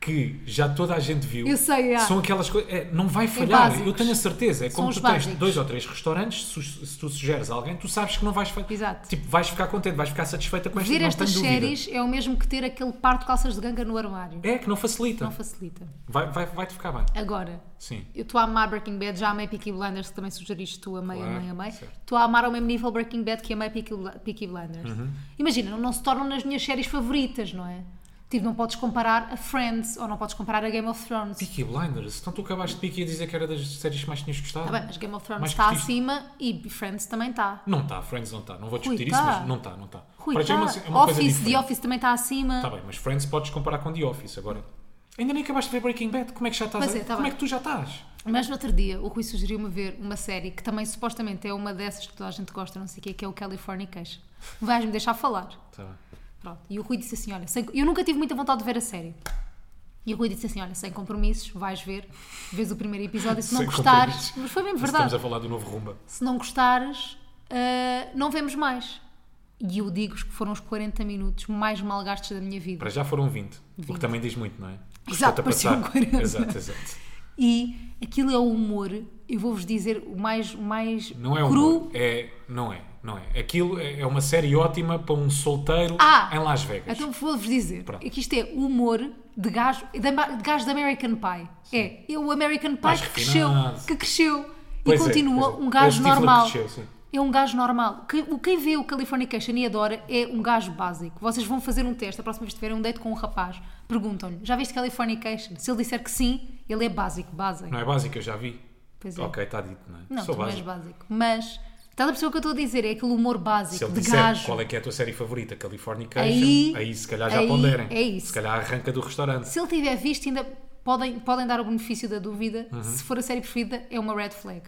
B: que já toda a gente viu
A: Eu sei, é.
B: são aquelas coisas. é, não vai falhar,
A: básicos.
B: eu tenho a certeza. É
A: São
B: como
A: os
B: tu tens
A: básicos.
B: dois ou três restaurantes, se, su- se tu sugeres a alguém, tu sabes que não vais falhar.
A: Exato.
B: Tipo, vais ficar contente, vais ficar satisfeita com esta
A: Ver
B: não
A: estas
B: tenho dúvida.
A: séries é o mesmo que ter aquele par de calças de ganga no armário.
B: É que não facilita.
A: Não facilita.
B: Vai- vai- Vai-te ficar bem.
A: Agora,
B: Sim.
A: eu estou a amar Breaking Bad, já amei Peaky Blinders, que também sugeriste tu, amei,
B: Claro,
A: amei, amei.
B: certo.
A: Estou a amar ao mesmo nível Breaking Bad que amei Peaky, Bl- Peaky Blinders.
B: Uhum.
A: Imagina, não- não se tornam nas minhas séries favoritas, não é? Tipo, não podes comparar a Friends ou não podes comparar a Game of Thrones.
B: Peaky Blinders, então tu acabaste de Peaky a dizer que era das séries que mais tinhas gostado.
A: Tá bem, mas Game of Thrones
B: Mais
A: está
B: curtiste.
A: acima e Friends também está.
B: Não está, Friends não está. Não vou discutir isso,
A: tá.
B: mas não está, não está.
A: Rui,
B: Para já
A: tá.
B: é uma, é uma coisa
A: Office, The
B: diferente.
A: Office também está acima.
B: Está bem, mas Friends podes comparar com The Office agora. Ainda nem acabaste de ver Breaking Bad, como é que já estás?
A: Pois
B: a-
A: é, tá
B: como
A: bem.
B: é que tu já estás?
A: Mas no outro dia o Rui sugeriu-me ver uma série que também supostamente é uma dessas que toda a gente gosta, não sei o quê, que é o Californication. Vais-me deixar falar.
B: Tá bem.
A: Pronto. E o Rui disse assim: Olha, sem- eu nunca tive muita vontade de ver a série. E o Rui disse assim: Olha, sem compromissos, vais ver, vês o primeiro episódio. Se não
B: Sem
A: gostares,
B: compromissos.
A: mas foi mesmo
B: Estamos
A: verdade.
B: a falar do novo Rumba.
A: Se não gostares, ah, não vemos mais. E eu digo-vos que foram os 40 minutos mais mal gastos da minha vida.
B: Para já foram 20, o
A: 20.
B: que também diz muito, não é?
A: Exato,
B: Estou-te a
A: pareciam
B: passar.
A: 40.
B: Exato, exato.
A: E aquilo é o humor, eu vou-vos dizer, o mais, o mais
B: Não é
A: cru.
B: humor, é, não é, não é. Aquilo é é uma série ótima para um solteiro
A: Ah!
B: em Las Vegas.
A: Então vou-vos dizer
B: Pronto.
A: é que isto é humor de gajo de ama- de gajo de American Pie. É, é o American Pie
B: Mais
A: que cresceu,
B: refinado.
A: que cresceu
B: Pois
A: e
B: é,
A: continua
B: pois é.
A: um
B: É o
A: gajo
B: Stifler que
A: normal.
B: cresceu, sim.
A: É um gajo normal. Que- O quem vê o Californication e adora é um gajo básico. Vocês vão fazer um teste, a próxima vez que tiverem um date com um rapaz, perguntam-lhe: já viste Californication? Se ele disser que sim, ele é básico, básico.
B: Não é básico, eu já vi.
A: Pois é.
B: Ok, está dito, não é?
A: Não,
B: Sou
A: tu não és
B: básico.
A: básico. Mas estás a perceber o que eu estou a dizer? É aquele humor
B: Se
A: básico
B: ele
A: de
B: disser
A: gajo.
B: qual é que é a tua série favorita, Californication,
A: Aí-
B: aí, se calhar já
A: aí
B: ponderem.
A: é isso.
B: Se calhar arranca do restaurante.
A: Se ele tiver visto, ainda podem, podem dar o benefício da dúvida. Se for a série preferida, é uma red flag.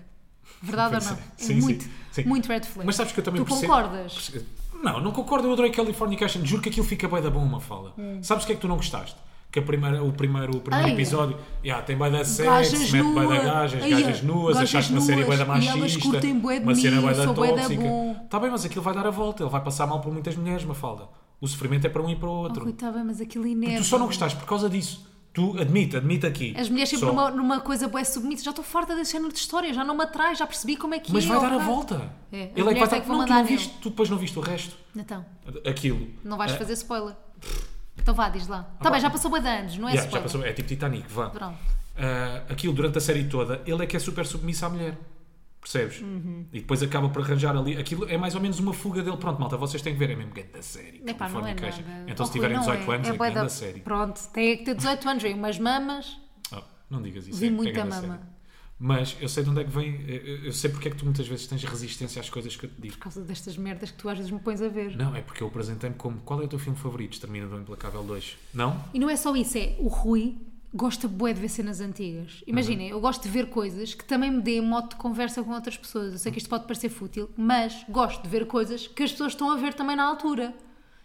A: Verdade ou não?
B: Uhum. Pois é.
A: É
B: Sim, sim,
A: muito,
B: sim.
A: muito red flag.
B: Mas sabes que eu também
A: Tu
B: percebo-
A: concordas?
B: perce- Não, não concordo. Eu adorei Californication. Juro que aquilo fica bem da bom uma fala. Sabes o que é que tu não gostaste? Que a primeira, o primeiro, o primeiro
A: Hum. Ai.
B: episódio yeah, tem bem da
A: Gajas
B: sexo, mete bem da
A: nua.
B: gajas,
A: Ai,
B: gajas
A: é.
B: nuas,
A: Gajas
B: achaste uma série bem da
A: nuas. E
B: machista,
A: elas curtem bué de
B: uma cena
A: mim,
B: bué da
A: sou bué da
B: tóxica.
A: bom.
B: Está bem, mas aquilo vai dar a volta. Ele vai passar mal por muitas mulheres, uma falda. O sofrimento é para um e para o
A: Oh,
B: outro.
A: Rui, tá bem, mas aquilo inerva.
B: tu só não gostaste por causa disso. Tu admite, admite aqui.
A: As mulheres sempre
B: Só-
A: numa, numa coisa boa submissa. Já estou farta desse género de história, já não me atrai, já percebi como é que
B: Mas
A: é.
B: vai
A: oh,
B: dar a
A: caralho.
B: volta.
A: É, as
B: Ele é que vai
A: mulheres
B: estar.
A: é que vão
B: não, tu,
A: mandar
B: não
A: nele.
B: viste, tu depois não viste o resto.
A: Então,
B: Aquilo.
A: não vais
B: É,
A: fazer spoiler. Então vá, diz lá. Tá
B: pá.
A: bem, já passou bué de anos, não é
B: yeah, já
A: spoiler.
B: passou. É tipo Titanic, vá.
A: Pronto.
B: Ah, aquilo durante a série toda, ele é que é super submisso à mulher. Percebes?
A: Uhum.
B: E depois acaba por arranjar ali. Aquilo é mais ou menos uma fuga dele. Pronto, malta, vocês têm que ver. É mesmo grande da série.
A: Epá, não é
B: Californication.
A: nada.
B: Então,
A: Oh,
B: se tiverem
A: Rui, não
B: 18 anos, é,
A: bué
B: grande
A: da-
B: da série.
A: Pronto, tem que ter 18 anos, vem umas mamas.
B: Oh, não digas isso.
A: Vi
B: é- é
A: muita
B: grande
A: mama.
B: série. Mas eu sei de onde é que vem. Eu eu sei porque é que tu muitas vezes tens resistência às coisas que eu te digo.
A: Por causa destas merdas que tu às vezes me pões a ver.
B: Não, é porque eu apresentei-me como qual é o teu filme favorito? Termina do Implacável 2. Não?
A: E não é só isso, é o Rui gosta bué de ver cenas antigas.
B: Uhum.
A: Imaginem, eu gosto de ver coisas que também me dêem modo de conversa com outras pessoas. Eu sei que isto pode parecer fútil, mas gosto de ver coisas que as pessoas estão a ver também na altura.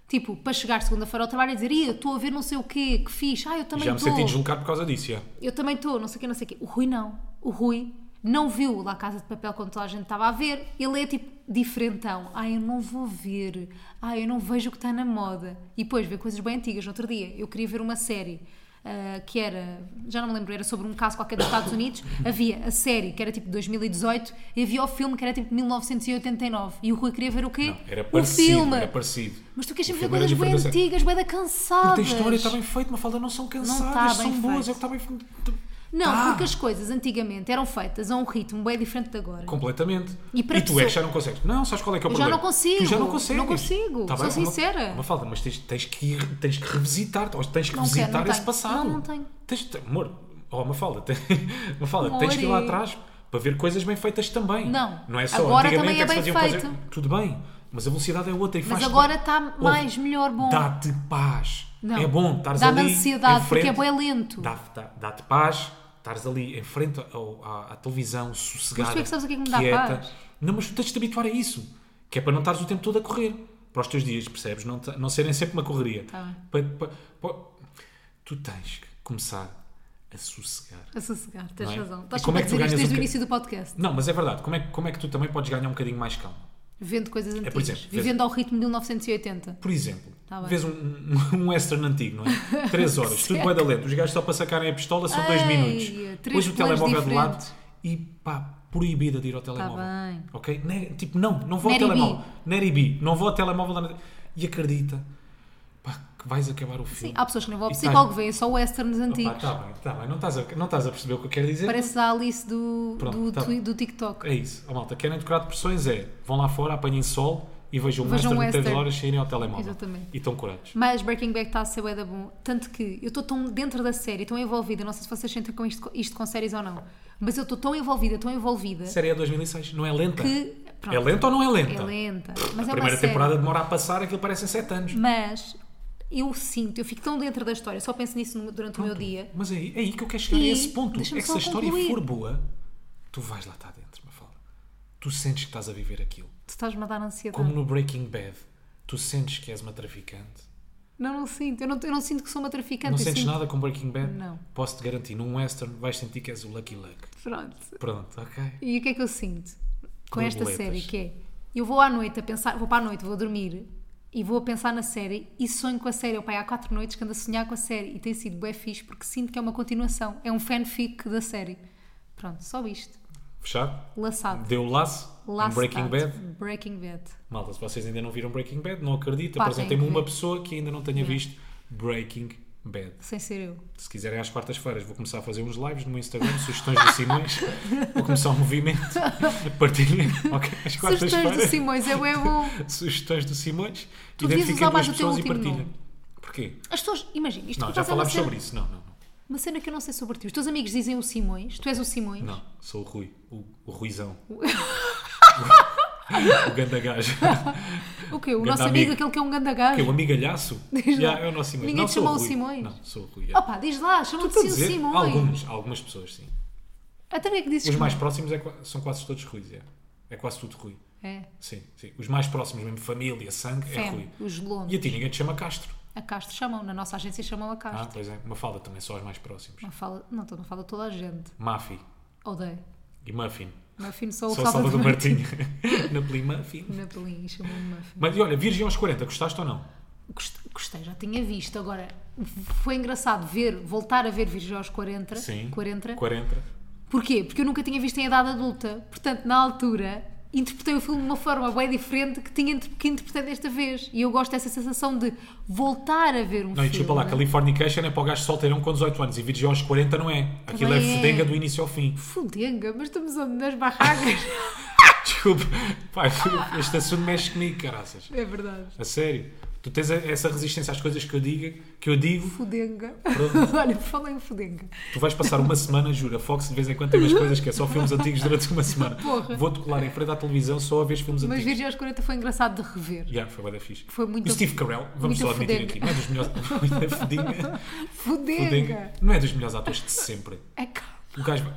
A: Tipo, para chegar segunda-feira ao trabalho e dizer, "Ih, eu estou a ver não sei o quê, que fiz, ah, eu também
B: Já me senti
A: estou.
B: deslocado por causa disso, já.
A: Eu também estou, não sei o quê, não sei o quê. O Rui não. O Rui não viu lá Casa de Papel quando toda a gente estava a ver. Ele é tipo diferentão. Ai, eu não vou ver. Ai, eu não vejo o que está na moda. E depois vê coisas bem antigas. No outro dia eu queria ver uma série. ah, que era, já não me lembro, era sobre um caso qualquer dos Estados Unidos. Havia a série que era tipo 2018 e havia o filme que era tipo 1989. E o Rui queria ver o quê?
B: Não, era
A: o
B: parecido,
A: filme!
B: era parecido.
A: Mas tu queres
B: O
A: sempre ver
B: filme era
A: coisas bem
B: diferente da série.
A: antigas, bem da cansadas.
B: Porque a história está bem feita, uma falda não são
A: tá
B: cansadas,
A: bem
B: são boas,
A: feito.
B: é que está bem feito.
A: Não,
B: Tá.
A: porque as coisas antigamente eram feitas a um ritmo bem diferente de agora.
B: Completamente.
A: E para
B: tu
A: que
B: é que
A: sou-
B: já não consegues. Não, sabes qual é que é
A: Eu
B: o
A: já
B: problema?
A: não consigo,
B: Tu já não
A: não
B: consegues. Tá
A: consigo, sou
B: uma-
A: sincera.
B: Uma falda, mas tens, tens que ir, tens que revisitar, ou tens que
A: Não quero,
B: visitar
A: não
B: esse
A: tenho.
B: passado.
A: Não, não tenho.
B: Tens, te- amor, oh, uma falda, uma falda,
A: Amor,
B: tens que ir lá
A: e-
B: atrás para ver coisas bem feitas também.
A: Não.
B: Não é só
A: Agora também
B: antigamente
A: é
B: que se
A: bem
B: faziam coisas-
A: feito.
B: Tudo bem, mas a velocidade é outra e
A: Mas
B: faz
A: agora está mais, melhor, bom.
B: Dá-te paz.
A: Não.
B: É bom estares ali.
A: Dá-me ansiedade,
B: em frente.
A: porque é bué lento.
B: Dá- dá- Dá-te paz, estares ali em frente ao- à, à televisão, sossegada.
A: Mas tu é que sabes o que é que me dá
B: quieta.
A: paz.
B: Não, mas tu tens de te habituar a isso. Que é para não estares o tempo todo a correr. Para os teus dias, percebes? Não, te- não serem sempre uma correria.
A: Tá bem.
B: Pa- pa- pa- tu tens que começar a sossegar.
A: A sossegar, tens
B: Não é?
A: razão.
B: E
A: Estás
B: como
A: sempre a dizer
B: é que tu
A: isto
B: ganhas
A: desde
B: um
A: o
B: ca-
A: início do podcast.
B: Não, mas é verdade. Como é, que- como é que tu também podes ganhar um bocadinho mais calma?
A: Vendo coisas antigas.
B: É, exemplo,
A: vivendo ao ritmo de 1980.
B: Por exemplo,
A: Tá bem.
B: vês um, um, um western antigo, não é? 3 horas, tudo bem da lento. Os gajos só para sacarem a pistola são 2
A: Ai,
B: minutos.
A: três
B: Depois o
A: planos
B: telemóvel de lado
A: diferentes. Tá
B: e pá, proibida de ir ao telemóvel.
A: bem.
B: Ok? Ne- tipo, não, não vou
A: Neri
B: ao
A: B.
B: telemóvel. Neri B, não vou ao telemóvel. lá na- E acredita, pá, que vais acabar o
A: Sim,
B: filme.
A: há pessoas que não vão ao
B: E estás-
A: psicólogo, veem só westerns
B: Pá,
A: antigos.
B: tá bem, tá bem. Não estás, a, não estás a perceber o que eu quero dizer?
A: Parece a Alice do,
B: Pronto,
A: do,
B: tá
A: twi-
B: bem.
A: do TikTok.
B: É isso. Ó, malta, querem decorar depressões? É, vão lá fora, apanhem sol e vejam um
A: Vejam um
B: western de 3
A: western.
B: horas saírem ao telemóvel.
A: Exatamente.
B: E estão curados.
A: Mas Breaking Bad está a ser bué da bom. Tanto que eu estou tão dentro da série, tão envolvida. Não sei se vocês sentem com isto, isto com séries ou não. Mas eu estou tão envolvida, tão envolvida.
B: Série é 2006, não é lenta?
A: Que, pronto,
B: É lenta ou não é lenta?
A: É lenta. Mas
B: a
A: é uma
B: primeira
A: série.
B: temporada demora a passar, aquilo parecem 7 anos.
A: Mas eu sinto, eu fico tão dentro da história, só penso nisso no- durante o meu dia.
B: Mas é aí, é aí que eu quero chegar
A: E
B: a esse ponto. É que se
A: deixa-me
B: a
A: só
B: história
A: concluir.
B: for boa, tu vais lá estar dentro, me fala. Tu sentes que estás a viver aquilo.
A: Tu estás-me a dar ansiedade.
B: Como no Breaking Bad, tu sentes que és uma traficante.
A: Não, não sinto. Eu não, eu não sinto que sou uma traficante.
B: não
A: eu
B: sentes
A: sinto...
B: nada com Breaking Bad?
A: Não.
B: Posso-te garantir, num western vais sentir que és o Lucky Luck.
A: Pronto.
B: Pronto, ok.
A: E o que é que eu sinto com esta
B: Borboletas.
A: série? Que é, eu vou à noite a pensar, vou para a noite, vou dormir e vou a pensar na série e sonho com a série. Eu pai há quatro noites que ando a sonhar com a série e tem sido bué fixe porque sinto que é uma continuação. É um fanfic da série. Pronto, só isto.
B: Fechado?
A: Laçado.
B: Deu laço em
A: Laçado.
B: Um Breaking Bad.
A: Breaking Bad.
B: Malta, se vocês ainda não viram Breaking Bad, não acredito,
A: Pá,
B: apresentem-me
A: tem que
B: uma
A: ver.
B: pessoa que ainda não tenha visto Breaking Bad.
A: Sem ser eu.
B: Se quiserem às quartas-feiras, vou começar a fazer uns lives no meu Instagram, sugestões do Simões. Vou começar um movimento. Partilhem. ok? Às
A: Sugestões do
B: quartas-feiras.
A: Simões é bué bom.
B: Sugestões do Simões.
A: Tu devias
B: Identifiquem
A: usar mais
B: duas
A: o teu
B: pessoas e
A: último
B: partilhem.
A: nome.
B: Porquê?
A: As pessoas, imagina, isto
B: Não,
A: por
B: já
A: acaso é uma
B: falámos
A: cena,
B: sobre isso. Não, não, não.
A: uma cena que eu não sei sobre ti. Os teus amigos dizem o Simões, tu és o Simões.
B: Não, sou o Rui. O, o Ruizão. o ganda gajo.
A: O quê? O
B: Ganda
A: nosso amigo,
B: amigo.
A: aquele que é um ganda
B: Que é o
A: gajo.
B: amigalhaço.
A: Diz lá.
B: Já, é o nosso Simões.
A: Ninguém
B: não,
A: te
B: sou
A: chamou o
B: Rui.
A: Simões?
B: Não, sou o Rui. é.
A: Opa, diz lá,
B: Estou
A: chamam-te
B: a
A: sim o
B: dizer,
A: Simões.
B: alguns, algumas pessoas, sim.
A: Até porque é que dizes
B: Os
A: que
B: mais
A: não?
B: próximos é qua- são quase todos ruins, é. É quase tudo ruim.
A: É.
B: Sim, sim. Os mais próximos, mesmo família, sangue, é
A: Fem,
B: ruim.
A: os
B: E a
A: Londres.
B: ti ninguém te chama Castro.
A: A Castro chamam, na nossa agência chamam a
B: Ah,
A: Castro.
B: pois é. Mafalda também, só os mais próximos.
A: Não fala, não, não fala toda a gente.
B: Mafi
A: Odeio.
B: e Muffin.
A: Muffin só o
B: Só a
A: Salva
B: salva
A: do
B: do
A: Martim.
B: Martinho. Napoli Muffin.
A: Napolim, chamam-me Muffin.
B: Mas e olha, Virgem aos 40, gostaste ou não?
A: Gost- Gostei, já tinha visto. Agora, foi engraçado ver, voltar a ver Virgílio aos 40. 40.
B: 40.
A: Porquê? Porque eu nunca tinha visto em idade adulta. Portanto, na altura, interpretei o filme de uma forma bem diferente que tinha inter- que interpretei desta vez. E eu gosto dessa sensação de voltar a ver um
B: Não,
A: filme.
B: e desculpa lá, Californication é para o gajo solteirão com 18 anos e Virgem aos 40 não é. Aquilo
A: Também
B: é
A: é.
B: fedenga do início ao fim.
A: Fudenga, mas estamos onde? Nas barracas.
B: Desculpa, pai, este assunto mexe comigo, caraças.
A: é verdade.
B: A sério. Tu tens a- essa resistência às coisas que eu diga, que eu digo,
A: Fudenga.
B: Pronto.
A: Olha, por falar em fudenga.
B: tu vais passar uma semana, jura, a Fox de vez em quando tem umas coisas que é só filmes antigos durante uma semana.
A: Porra.
B: Vou-te colar em frente à televisão só a ver filmes
A: Mas
B: antigos.
A: Virgem aos 40 foi engraçado de rever.
B: Yeah, foi bué da fixe.
A: Foi muito-
B: O Steve Carell,
A: muito
B: vamos só admitir
A: fudenga.
B: aqui, não é dos melhores. Muita fudinga.
A: Fudenga!
B: Fudenga. Não é dos melhores atores de sempre.
A: É calma.
B: O gajo vai.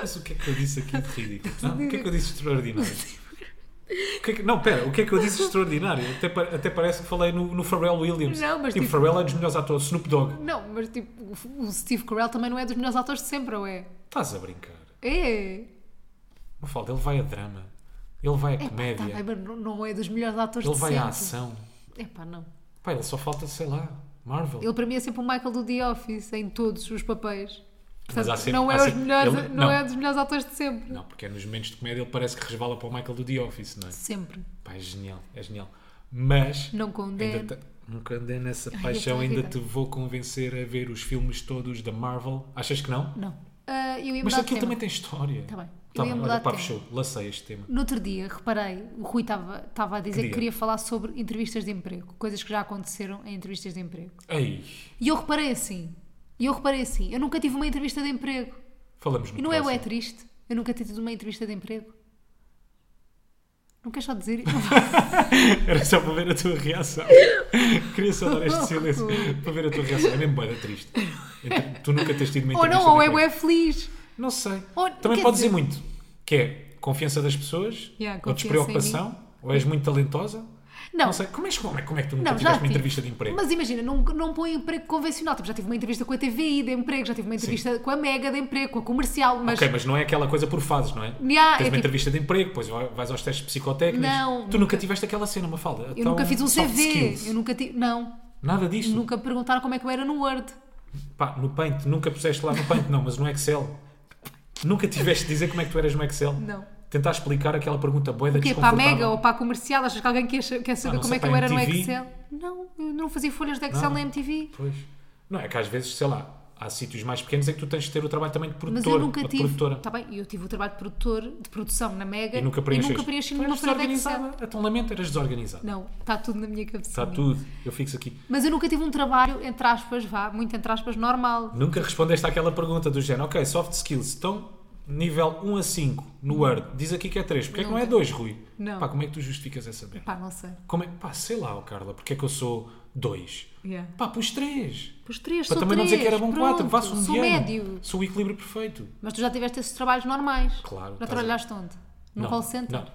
B: Mas o que é que eu disse aqui de ridículo? Não, o que é que eu disse de extraordinário? O que é que- Não, pera, o que é que eu disse de extraordinário? Até, pa- até parece que falei no, no Pharrell Williams.
A: Não, mas
B: tipo,
A: tipo-
B: Pharrell é dos melhores atores. Snoop Dogg.
A: Não, mas tipo, o- o Steve Carell também não é dos melhores atores de sempre, ou é?
B: Estás a brincar.
A: É!
B: Uma falta, ele vai a drama. Ele vai a
A: Tá
B: comédia.
A: bem, mas não- não é dos melhores atores
B: ele
A: de
B: vai
A: sempre.
B: à ação.
A: Epá, não.
B: Pá, ele só falta, sei lá, Marvel.
A: Ele para mim é sempre o Michael do The Office em todos os papéis.
B: Mas
A: Portanto,
B: há sempre-
A: não, é
B: há
A: os
B: sempre-
A: melhores,
B: ele-
A: não,
B: não.
A: é dos melhores atores de sempre.
B: Não, porque é nos momentos de comédia ele parece que resvala para o Michael do The Office, não é?
A: Sempre.
B: Pá, é genial, é genial. Mas.
A: Não condeno.
B: Ainda te- não condeno essa
A: Ai,
B: paixão,
A: eu tô
B: ainda
A: irritada.
B: te vou convencer a ver os filmes todos da Marvel. Achas que não?
A: Não. Ah, eu ia
B: Mas
A: mudar de
B: aquilo
A: tema.
B: também tem história.
A: Tá bem.
B: Tá
A: Eu ia
B: bem,
A: mudar
B: olha,
A: de
B: pá,
A: tema.
B: fechou. Lacei este tema.
A: No outro dia, reparei, o Rui estava estava a dizer que,
B: dia?
A: queria falar sobre entrevistas de emprego, coisas que já aconteceram em entrevistas de emprego.
B: Ei,
A: E eu reparei assim, e eu reparei assim, eu nunca tive uma entrevista de emprego.
B: falamos no
A: E não é
B: próximo.
A: bué triste? Eu nunca ter tido uma entrevista de emprego. Não queres só dizer?
B: Era só para ver a tua reação. Queria só dar este silêncio para ver a tua reação. É mesmo boeda triste. Então, Tu nunca tens tido uma
A: ou
B: entrevista.
A: não, ou é
B: de
A: bué feliz.
B: Não sei.
A: Ou-
B: Também
A: quer
B: pode dizer muito. Que é confiança das pessoas,
A: Yeah,
B: ou
A: confiança em
B: despreocupação, ou és muito talentosa.
A: Não.
B: Não sei. Como é, que- como é, como é que tu nunca
A: Não, já
B: tiveste uma
A: tive.
B: entrevista de emprego?
A: Mas imagina, não, não põe emprego convencional. Tipo, já tive uma entrevista com a TVI de emprego, já tive uma entrevista com a Mega de emprego, com a comercial, mas
B: Ok, mas não é aquela coisa por fases, não é?
A: Yeah,
B: Tens
A: é
B: uma
A: tipo-
B: entrevista de emprego, depois vai- vais aos testes psicotécnicos.
A: Não,
B: Tu nunca tiveste aquela cena, uma falda.
A: eu nunca fiz um CV. Eu nunca tive. Não.
B: Nada disso.
A: Nunca perguntaram como é que eu era no Word.
B: Pá, no Paint, nunca puseste lá no Paint, não, mas no Excel. Nunca tiveste de dizer como é que tu eras no Excel.
A: Não.
B: Tentar explicar aquela pergunta boa da
A: Que é para a Mega ou para a comercial? Achas que alguém quer, quer saber
B: Ah, não
A: como
B: sei,
A: é que eu
B: para a
A: era no
B: MTV?
A: Excel? Não, eu não fazia folhas de Excel
B: Não.
A: na MTV.
B: Pois. Não, é que às vezes, sei lá, há sítios mais pequenos em que tu tens de ter o trabalho também de
A: Mas
B: produtor.
A: eu nunca
B: ou de
A: tive.
B: produtora.
A: Tá bem, eu tive o trabalho de produtor, de produção na Mega
B: E nunca preenches.
A: preenchi
B: Tu
A: nenhuma
B: eras
A: folha de Excel.
B: desorganizada. Então lamento, eras desorganizada.
A: Não, está tudo na minha cabeça.
B: Está Tá tudo. Eu fixo aqui.
A: Mas eu nunca tive um trabalho, entre aspas, vá, muito entre aspas, normal.
B: Nunca respondeste àquela pergunta do género, ok, soft skills, então nível 1 a 5 no Word, diz aqui que é 3, porque é que não é 2, Rui?
A: Não.
B: Pá, como é que tu justificas essa merda?
A: Pá, não sei.
B: Como é, pá, sei lá, ó Carla, porque é que eu sou 2?
A: Yeah.
B: Pá, pus 3.
A: Pois três,
B: Para
A: sou
B: também não dizer que era bom
A: três,
B: 4, faço um
A: pronto, sou
B: mediano.
A: médio.
B: Sou o equilíbrio perfeito.
A: Mas tu já tiveste esses trabalhos normais.
B: Claro,
A: Já
B: estás a-
A: trabalhaste onde? No
B: Não,
A: call center?
B: Não.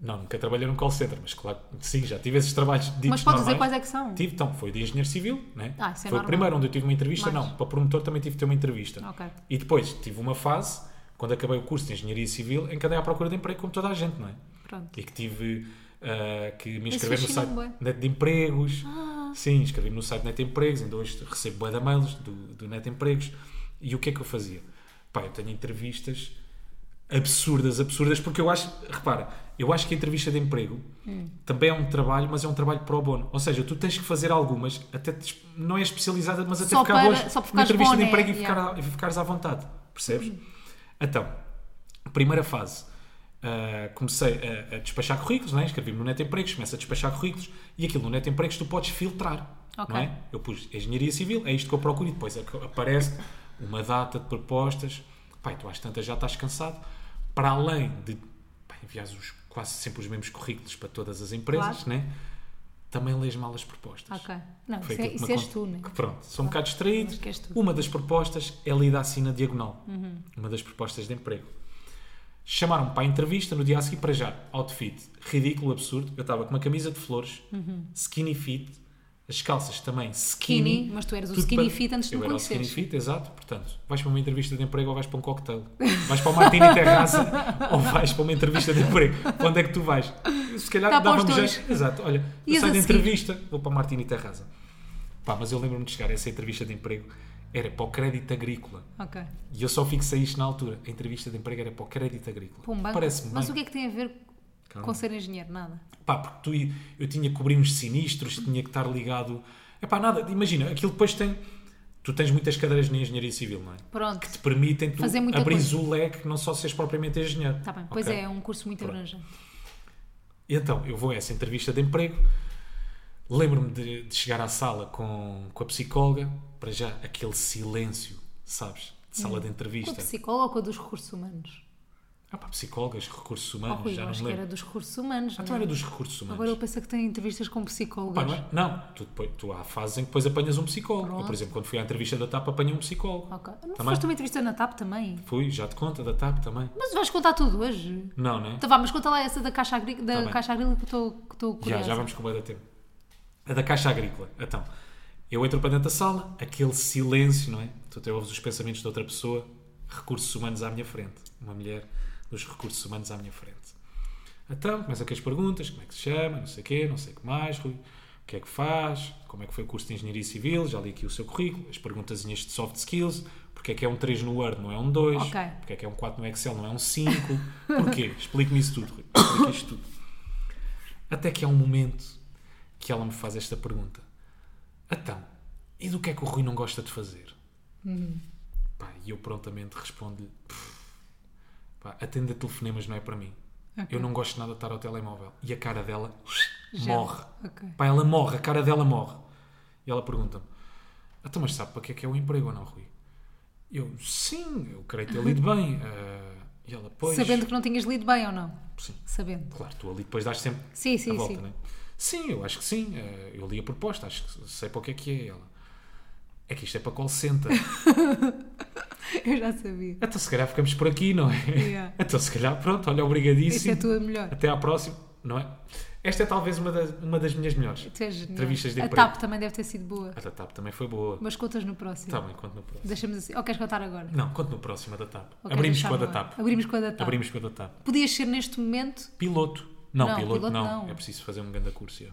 B: Não, nunca trabalhei num call center, mas claro, que sim, já tive esses trabalhos ditos
A: Mas podes dizer
B: normais.
A: quais é que são?
B: Tive, então, foi de engenheiro civil, né?
A: Ah, isso é
B: foi o
A: normal.
B: primeiro onde eu tive uma entrevista,
A: Mais.
B: não, para promotor também tive de ter uma entrevista.
A: Ok.
B: E depois tive uma fase, quando acabei o curso de engenharia civil, em que andei à procura de emprego como toda a gente, não é?
A: Pronto.
B: E que tive ah, que me inscrever no site
A: fascina-me bué. Ah.
B: Net de Empregos. Sim, inscrevi-me no site Net de Empregos, ainda hoje recebo bué de mails do, do Net de Empregos. E o que é que eu fazia? Pá, eu tenho entrevistas absurdas, absurdas, porque eu acho, repara, eu acho que a entrevista de emprego
A: Hum.
B: também é um trabalho, mas é um trabalho pro bono. Ou seja, tu tens que fazer algumas, até te- não é especializada, mas até
A: Só
B: ficar
A: para-
B: boas.
A: só para
B: uma
A: ficares
B: entrevista
A: bom,
B: de
A: né?
B: emprego e,
A: Yeah. Hum.
B: ficar, a- e ficares à vontade, percebes? Então, primeira fase. ah, comecei a, a despachar currículos, né? escrevi-me no Net Empregos, começo a despachar currículos e aquilo no Net Empregos tu podes filtrar.
A: Ok.
B: Não é? Eu pus engenharia civil, é isto que eu procuro e depois é que aparece uma data de propostas. Pai, tu às tantas já estás cansado. Para além de pá, enviares os- quase sempre os mesmos currículos para todas as empresas, né? também lês mal as propostas.
A: Ok. Não,
B: Foi
A: isso, é,
B: aquilo que
A: isso
B: me
A: és
B: acon-
A: tu, né?
B: que Pronto, sou um bocado distraído.
A: Acho que és tu. Uhum.
B: Uma das propostas é lida assim na diagonal. Uma das propostas de emprego. Chamaram-me para a entrevista no dia a seguir para já. Outfit ridículo, absurdo. Eu estava com uma camisa de flores,
A: Uhum.
B: skinny fit, as calças também skinny.
A: Skinny, mas tu eras o
B: Tudo
A: skinny fit antes de
B: Eu
A: me
B: era o
A: conheceres.
B: skinny fit, exato. Portanto, vais para uma entrevista de emprego ou vais para um cocktail. Vais para o Martini Terraça ou vais para uma entrevista de emprego. Para onde é que tu vais? Se calhar
A: Dá Tá para os
B: dava-me
A: dois.
B: jeito. Exato, olha, eu
A: Ias
B: saio
A: a
B: da
A: seguir.
B: entrevista, vou para Martini Terraza. Pá, mas eu lembro-me de chegar a essa entrevista de emprego, era para o crédito agrícola.
A: Ok.
B: E eu só fixei isto na altura. A entrevista de emprego era para o crédito agrícola.
A: Para um banco.
B: Parece-me
A: Mas
B: bem.
A: o que é que tem a ver
B: Calma.
A: com ser engenheiro? Nada.
B: Pá, porque tu, i- eu tinha que cobrir uns sinistros, tinha que estar ligado. É pá, nada, imagina, aquilo depois tem. Tu tens muitas cadeiras na engenharia civil, não é?
A: Pronto.
B: Te permitem tu
A: Fazer muita
B: abrir
A: coisa.
B: o leque, não só seres propriamente engenheiro.
A: Está bem. Pois
B: Ok?
A: é, é um curso muito
B: Pronto.
A: abrangente.
B: E Então, eu vou a essa entrevista de emprego, lembro-me de, de chegar à sala com, com a psicóloga, para já aquele silêncio, sabes? De sala de
A: Hum. Com a
B: entrevista.
A: psicóloga ou com a dos recursos humanos?
B: Ah, pá, psicólogas, recursos
A: Oh,
B: humanos,
A: Rui,
B: já
A: eu
B: não
A: acho
B: me
A: que
B: lembro.
A: era dos recursos humanos.
B: Ah,
A: não
B: tu
A: é?
B: era dos recursos
A: Agora eu
B: humanos.
A: penso que tem entrevistas com psicólogos.
B: Pá, não, é? não, tu, depois, tu há fases em que depois apanhas um psicólogo. Eu,
A: Pronto.
B: por exemplo, quando fui à entrevista da TAP, apanhei um psicólogo.
A: Ok. Não
B: Também?
A: foste uma entrevista na TAP também?
B: Fui, já te conta, da TAP também.
A: Mas vais contar tudo hoje?
B: Não, né?
A: Então vá, mas conta lá essa da caixa agrícola, da
B: Tá bem.
A: caixa agrícola que estou que estou
B: Já,
A: curiosa.
B: já vamos com o da tempo. A da Caixa Agrícola. Então, eu entro para dentro da sala, aquele silêncio, não é? Tu até ouves os pensamentos de outra pessoa, recursos humanos à minha frente. Uma mulher dos recursos humanos à minha frente. Então, começa com as perguntas, como é que se chama, não sei o quê, não sei o que mais, Rui, o que é que faz, como é que foi o curso de Engenharia Civil, já li aqui o seu currículo, as perguntazinhas de soft skills, porque é que é um 3 no Word, não é um 2,
A: Ok.
B: porque é que é um 4 no Excel, não é um 5, porquê? Explique-me isso tudo, Rui, explique isto tudo. Até que há um momento que ela me faz esta pergunta. Então, e do que é que o Rui não gosta de fazer?
A: Hum.
B: Pá, e eu prontamente respondo-lhe: "Pff, pá, atender telefonemas não é para mim. Eu não gosto nada de estar ao telemóvel. E a cara dela
A: Já.
B: morre.
A: Ok.
B: Pá, ela morre, a cara dela morre. E ela pergunta-me: Então, mas sabe para que é que é o emprego ou não, Rui? Eu, sim, eu creio ter lido bem. Ah, e ela, pois.
A: Sabendo que não tinhas lido bem ou não?
B: Sim.
A: Sabendo.
B: Claro, tu ali depois dás sempre
A: Sim, sim,
B: a volta,
A: sim.
B: não é? Sim, eu acho que sim. Eh, Eu li a proposta, acho que sei para o que é que é ela. É que isto é para call center.
A: Eu já sabia.
B: Então se calhar ficamos por aqui, não é?
A: Yeah.
B: Então se calhar, pronto, olha,
A: Isso
B: obrigadíssimo.
A: é a tua melhor.
B: Até à próxima, não é? Esta é talvez uma das, uma das minhas melhores.
A: Tu és genial.
B: Entrevistas de
A: A
B: emprego.
A: TAP também deve ter sido boa.
B: A da TAP também foi boa.
A: Mas contas no próximo.
B: Está bem, conto no próximo.
A: Deixamos assim. Ou queres contar agora?
B: Não, conto no próximo, a da TAP.
A: Ou queres
B: Abrimos
A: deixar
B: com a da
A: no ar?
B: TAP.
A: Abrimos com a da TAP.
B: Abrimos com a da TAP.
A: Podias ser neste momento.
B: Piloto. Não,
A: Não,
B: piloto,
A: piloto
B: não.
A: não.
B: É preciso fazer um grande curso. eu.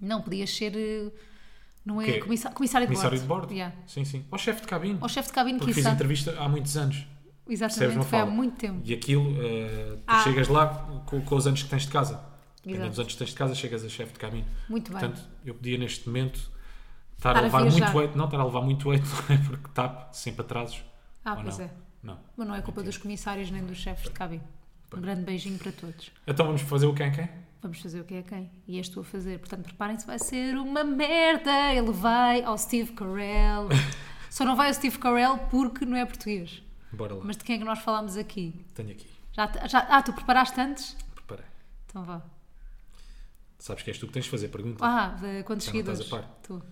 A: Não, podias ser. eh, Não é?
B: Quê?
A: Comissa- Comissário de
B: Comissário de
A: bordo.
B: bordo?
A: Yeah.
B: Sim, sim. Ou chefe de cabine.
A: Ou chefe de cabine,
B: Porque fiz
A: quiçá.
B: entrevista há muitos anos. Percebes,
A: Exatamente,
B: não
A: foi há
B: fala.
A: muito tempo.
B: E aquilo, eh, tu
A: Ah.
B: chegas lá com, com os anos que tens de casa. Dependendo
A: Exato.
B: dos anos que tens de casa, chegas a chefe de caminho.
A: Muito bem.
B: Portanto, eu podia neste momento estar,
A: Estar
B: a
A: a
B: levar
A: viajar.
B: muito weight. Não, estar a levar muito weight, não é? porque TAP, sempre atrasos.
A: Ah,
B: ou
A: pois
B: não?
A: é.
B: Não.
A: Mas não é culpa dos comissários nem dos chefes de cabine. Um grande beijinho para todos.
B: Então vamos fazer o quem quem?
A: Vamos fazer o que é quem? E este estou a fazer. Portanto, preparem-se, vai ser uma merda. Ele vai ao Steve Carell. Só não vai ao Steve Carell porque não é português.
B: Bora lá.
A: Mas de quem é que nós falámos aqui?
B: Tenho aqui.
A: Já, te- já- ah, tu preparaste antes?
B: Preparei.
A: Então vá.
B: Tá. Sabes que és tu que tens de fazer pergunta.
A: Ah, de quantos
B: Já não estás
A: seguidores?
B: a par.
A: Tu.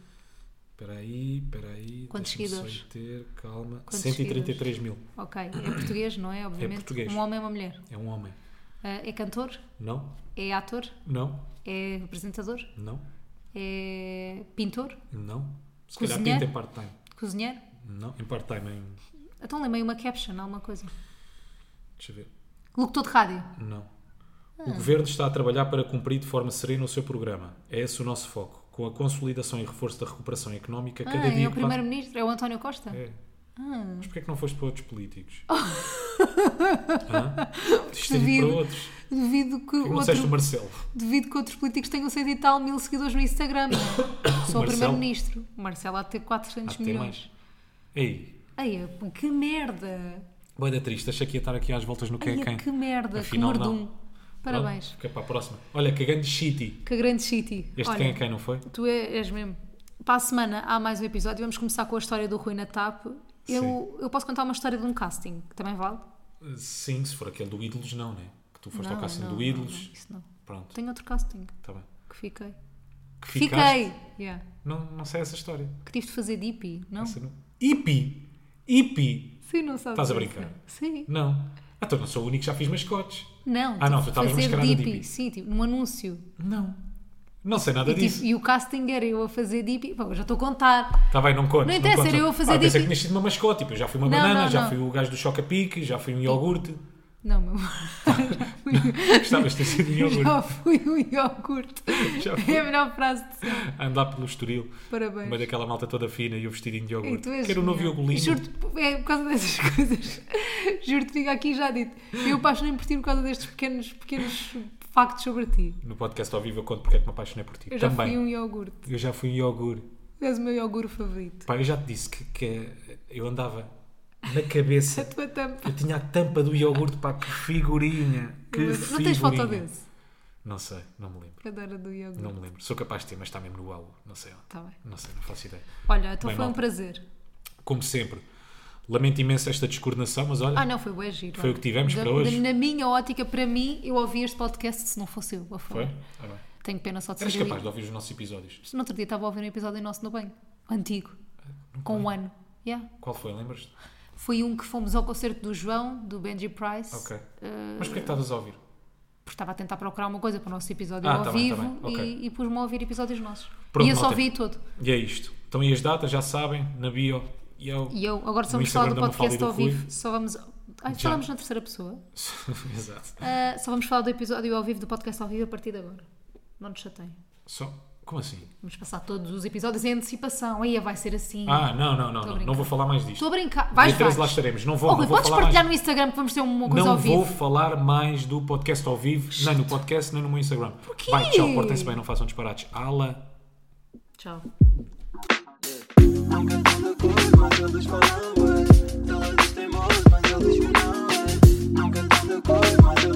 B: Espera aí, espera aí.
A: Quantos
B: deixa-me só
A: seguidores?
B: Ter, calma.
A: Quantos
B: 133 mil.
A: Ok. É português, não é? Obviamente.
B: português.
A: Um homem e uma mulher.
B: É um homem.
A: Ah, é cantor?
B: Não,
A: É ator?
B: não,
A: É apresentador?
B: não,
A: É pintor?
B: não. Se calhar
A: Cozinheiro?
B: pinta em part-time.
A: Cozinheiro?
B: Não, em part-time, em...
A: Então lembrei uma caption, alguma coisa.
B: Deixa eu ver.
A: Locutor de rádio.
B: Não.
A: Ah.
B: O governo está a trabalhar para cumprir de forma serena o seu programa. É esse o nosso foco. Com a consolidação e reforço da recuperação económica, cada
A: ah,
B: dia
A: é o
B: que passa-
A: primeiro-ministro, é o António Costa?
B: É.
A: Ah,
B: Mas porquê é que não foste para outros políticos?
A: Oh.
B: Hã? Tens de ir
A: Devido.
B: para outros. Porquê
A: duvido, que
B: que não disseste o
A: outro,
B: Marcelo?
A: duvido que outros políticos tenham cento e tal mil seguidores no Instagram. Sou
B: Marcelo.
A: o primeiro-ministro. O Marcelo há de ter 400
B: Há de ter
A: milhões.
B: Ei,
A: Ai, é, pô, que merda!
B: boa da triste. Achei que ia estar aqui às voltas no quem
A: Ai,
B: é
A: é,
B: quem.
A: que merda,
B: Afinal,
A: que
B: não.
A: mordum. Parabéns.
B: Pronto, Fica para a próxima. Olha, que grande shitty.
A: Que grande city.
B: Este
A: Olha,
B: quem é quem, não foi?
A: Tu é- és mesmo. Para a semana há mais um episódio. Vamos começar com a história do Rui na TAP. Eu, eu posso contar uma história de um casting, que também vale?
B: Sim, se for aquele do Ídolos, não, né? Que tu foste ao
A: Não,
B: casting
A: não,
B: do
A: não,
B: Ídolos.
A: não, isso não.
B: Pronto,
A: Tenho outro casting
B: está bem.
A: que fiquei.
B: que ficaste.
A: Fiquei. Yeah.
B: Não, não sei essa história.
A: Que tive de fazer dipi, não?
B: Essa não- Hippie! Hippie!
A: Sim, não sabes.
B: Estás
A: isso.
B: a brincar?
A: Sim.
B: Não. Ah, Então não sou o único que já fiz mascotes.
A: Não,
B: Ah, não,
A: tive
B: tu
A: de
B: estavas
A: fazer
B: mascarada de dipi.
A: Sim, tipo, num anúncio.
B: Não. Não sei nada
A: E, tipo,
B: disso.
A: e o casting era eu a fazer dipi. Pá, eu já estou a contar.
B: Está Tá bem, não conto.
A: Não interessa,
B: conto.
A: era eu a fazer
B: Pá, pensei
A: dipi.
B: que tinhas sido uma mascote. Tipo, eu já fui uma
A: Não,
B: banana,
A: não,
B: já
A: não. Tipo,
B: fui o gajo do choca-pique, já fui um iogurte.
A: Não, meu amor.
B: Gostavas de ter sido um iogurte.
A: Já fui um iogurte.
B: Já fui.
A: É a melhor frase de sempre.
B: A andar pelo estoril.
A: Parabéns.
B: Mas daquela malta toda fina e o vestidinho de
A: E
B: iogurte.
A: tu és
B: Quero um novo
A: genial.
B: iogurte.
A: Juro-te, é por causa dessas coisas. Juro-te, fica aqui já dito. Eu apaixonei por ti por causa destes pequenos, pequenos factos sobre ti.
B: No podcast ao vivo eu conto porque é que me apaixonei por ti.
A: Eu já
B: Também.
A: fui um iogurte.
B: Eu já fui um iogurte.
A: Tu És o meu iogurte favorito.
B: Pá, eu já te disse que, que eu andava na cabeça.
A: A tua tampa.
B: Eu tinha a tampa do iogurte, pá, que figurinha. Que
A: não tens foto
B: figurinha.
A: desse?
B: Não sei, não me lembro.
A: Eu adoro a do iogurte.
B: Não me lembro. Sou capaz de ter, mas está mesmo no baú. Não sei onde.
A: Tá bem.
B: Não sei, não faço ideia.
A: Olha, então
B: Bem,
A: foi um
B: malta.
A: prazer.
B: Como sempre, lamento imenso esta descoordenação, mas olha,
A: Ah, não, foi bué giro.
B: Foi o que tivemos
A: Da-
B: para hoje.
A: da- Na minha ótica, para mim, eu ouvi este podcast se não fosse eu a
B: foi?
A: falar.
B: Ah, bem.
A: Tenho pena só de ser
B: Eras
A: eu.
B: capaz de ouvir os nossos episódios.
A: No outro dia estava a ouvir um episódio nosso no banho. Antigo. Com um ano. Yeah.
B: Qual foi, lembras-te?
A: Foi um que fomos ao concerto do João, do Benji Price.
B: Ok.
A: eh,
B: Mas porquê que estavas a ouvir?
A: Porque estava a tentar procurar uma coisa para o nosso episódio
B: Ah,
A: ao
B: tá bem,
A: vivo
B: tá bem, ok.
A: e, e pus-me a ouvir episódios nossos.
B: Pronto,
A: e eu só
B: malta.
A: vi todo.
B: E é isto. Então, e as datas, já sabem, na bio. E é eu.
A: E eu, agora se
B: No
A: vamos falar do
B: Instagram da Mafalda
A: podcast
B: e do
A: ao
B: Rui.
A: vivo, só vamos. Ai,
B: Já.
A: falamos na terceira pessoa.
B: Exato.
A: Ah, só vamos falar do episódio ao vivo do podcast ao vivo a partir de agora. Não nos chateiem.
B: Só. Como assim?
A: Vamos passar todos os episódios em antecipação. Aí vai ser assim.
B: Ah, não, não, não.
A: Tô a
B: Não,
A: brincar.
B: não vou falar mais disto.
A: Estou a brincar.
B: Dia
A: Vais,
B: 13
A: vais.
B: lá estaremos. Não vou,
A: Oh,
B: não
A: Rui,
B: vou
A: podes
B: falar mais.
A: partilhar no Instagram que vamos ter uma coisa
B: não
A: ao vivo.
B: vou falar mais do podcast ao vivo, nem no podcast, nem no meu Instagram.
A: Porquê?
B: Vai, tchau, portem-se bem, não façam disparates. Ala.
A: Tchau.
C: Não cantando cores, mas eles falam. Eles têm voz, mas eles não. Não cantando cores, mas eles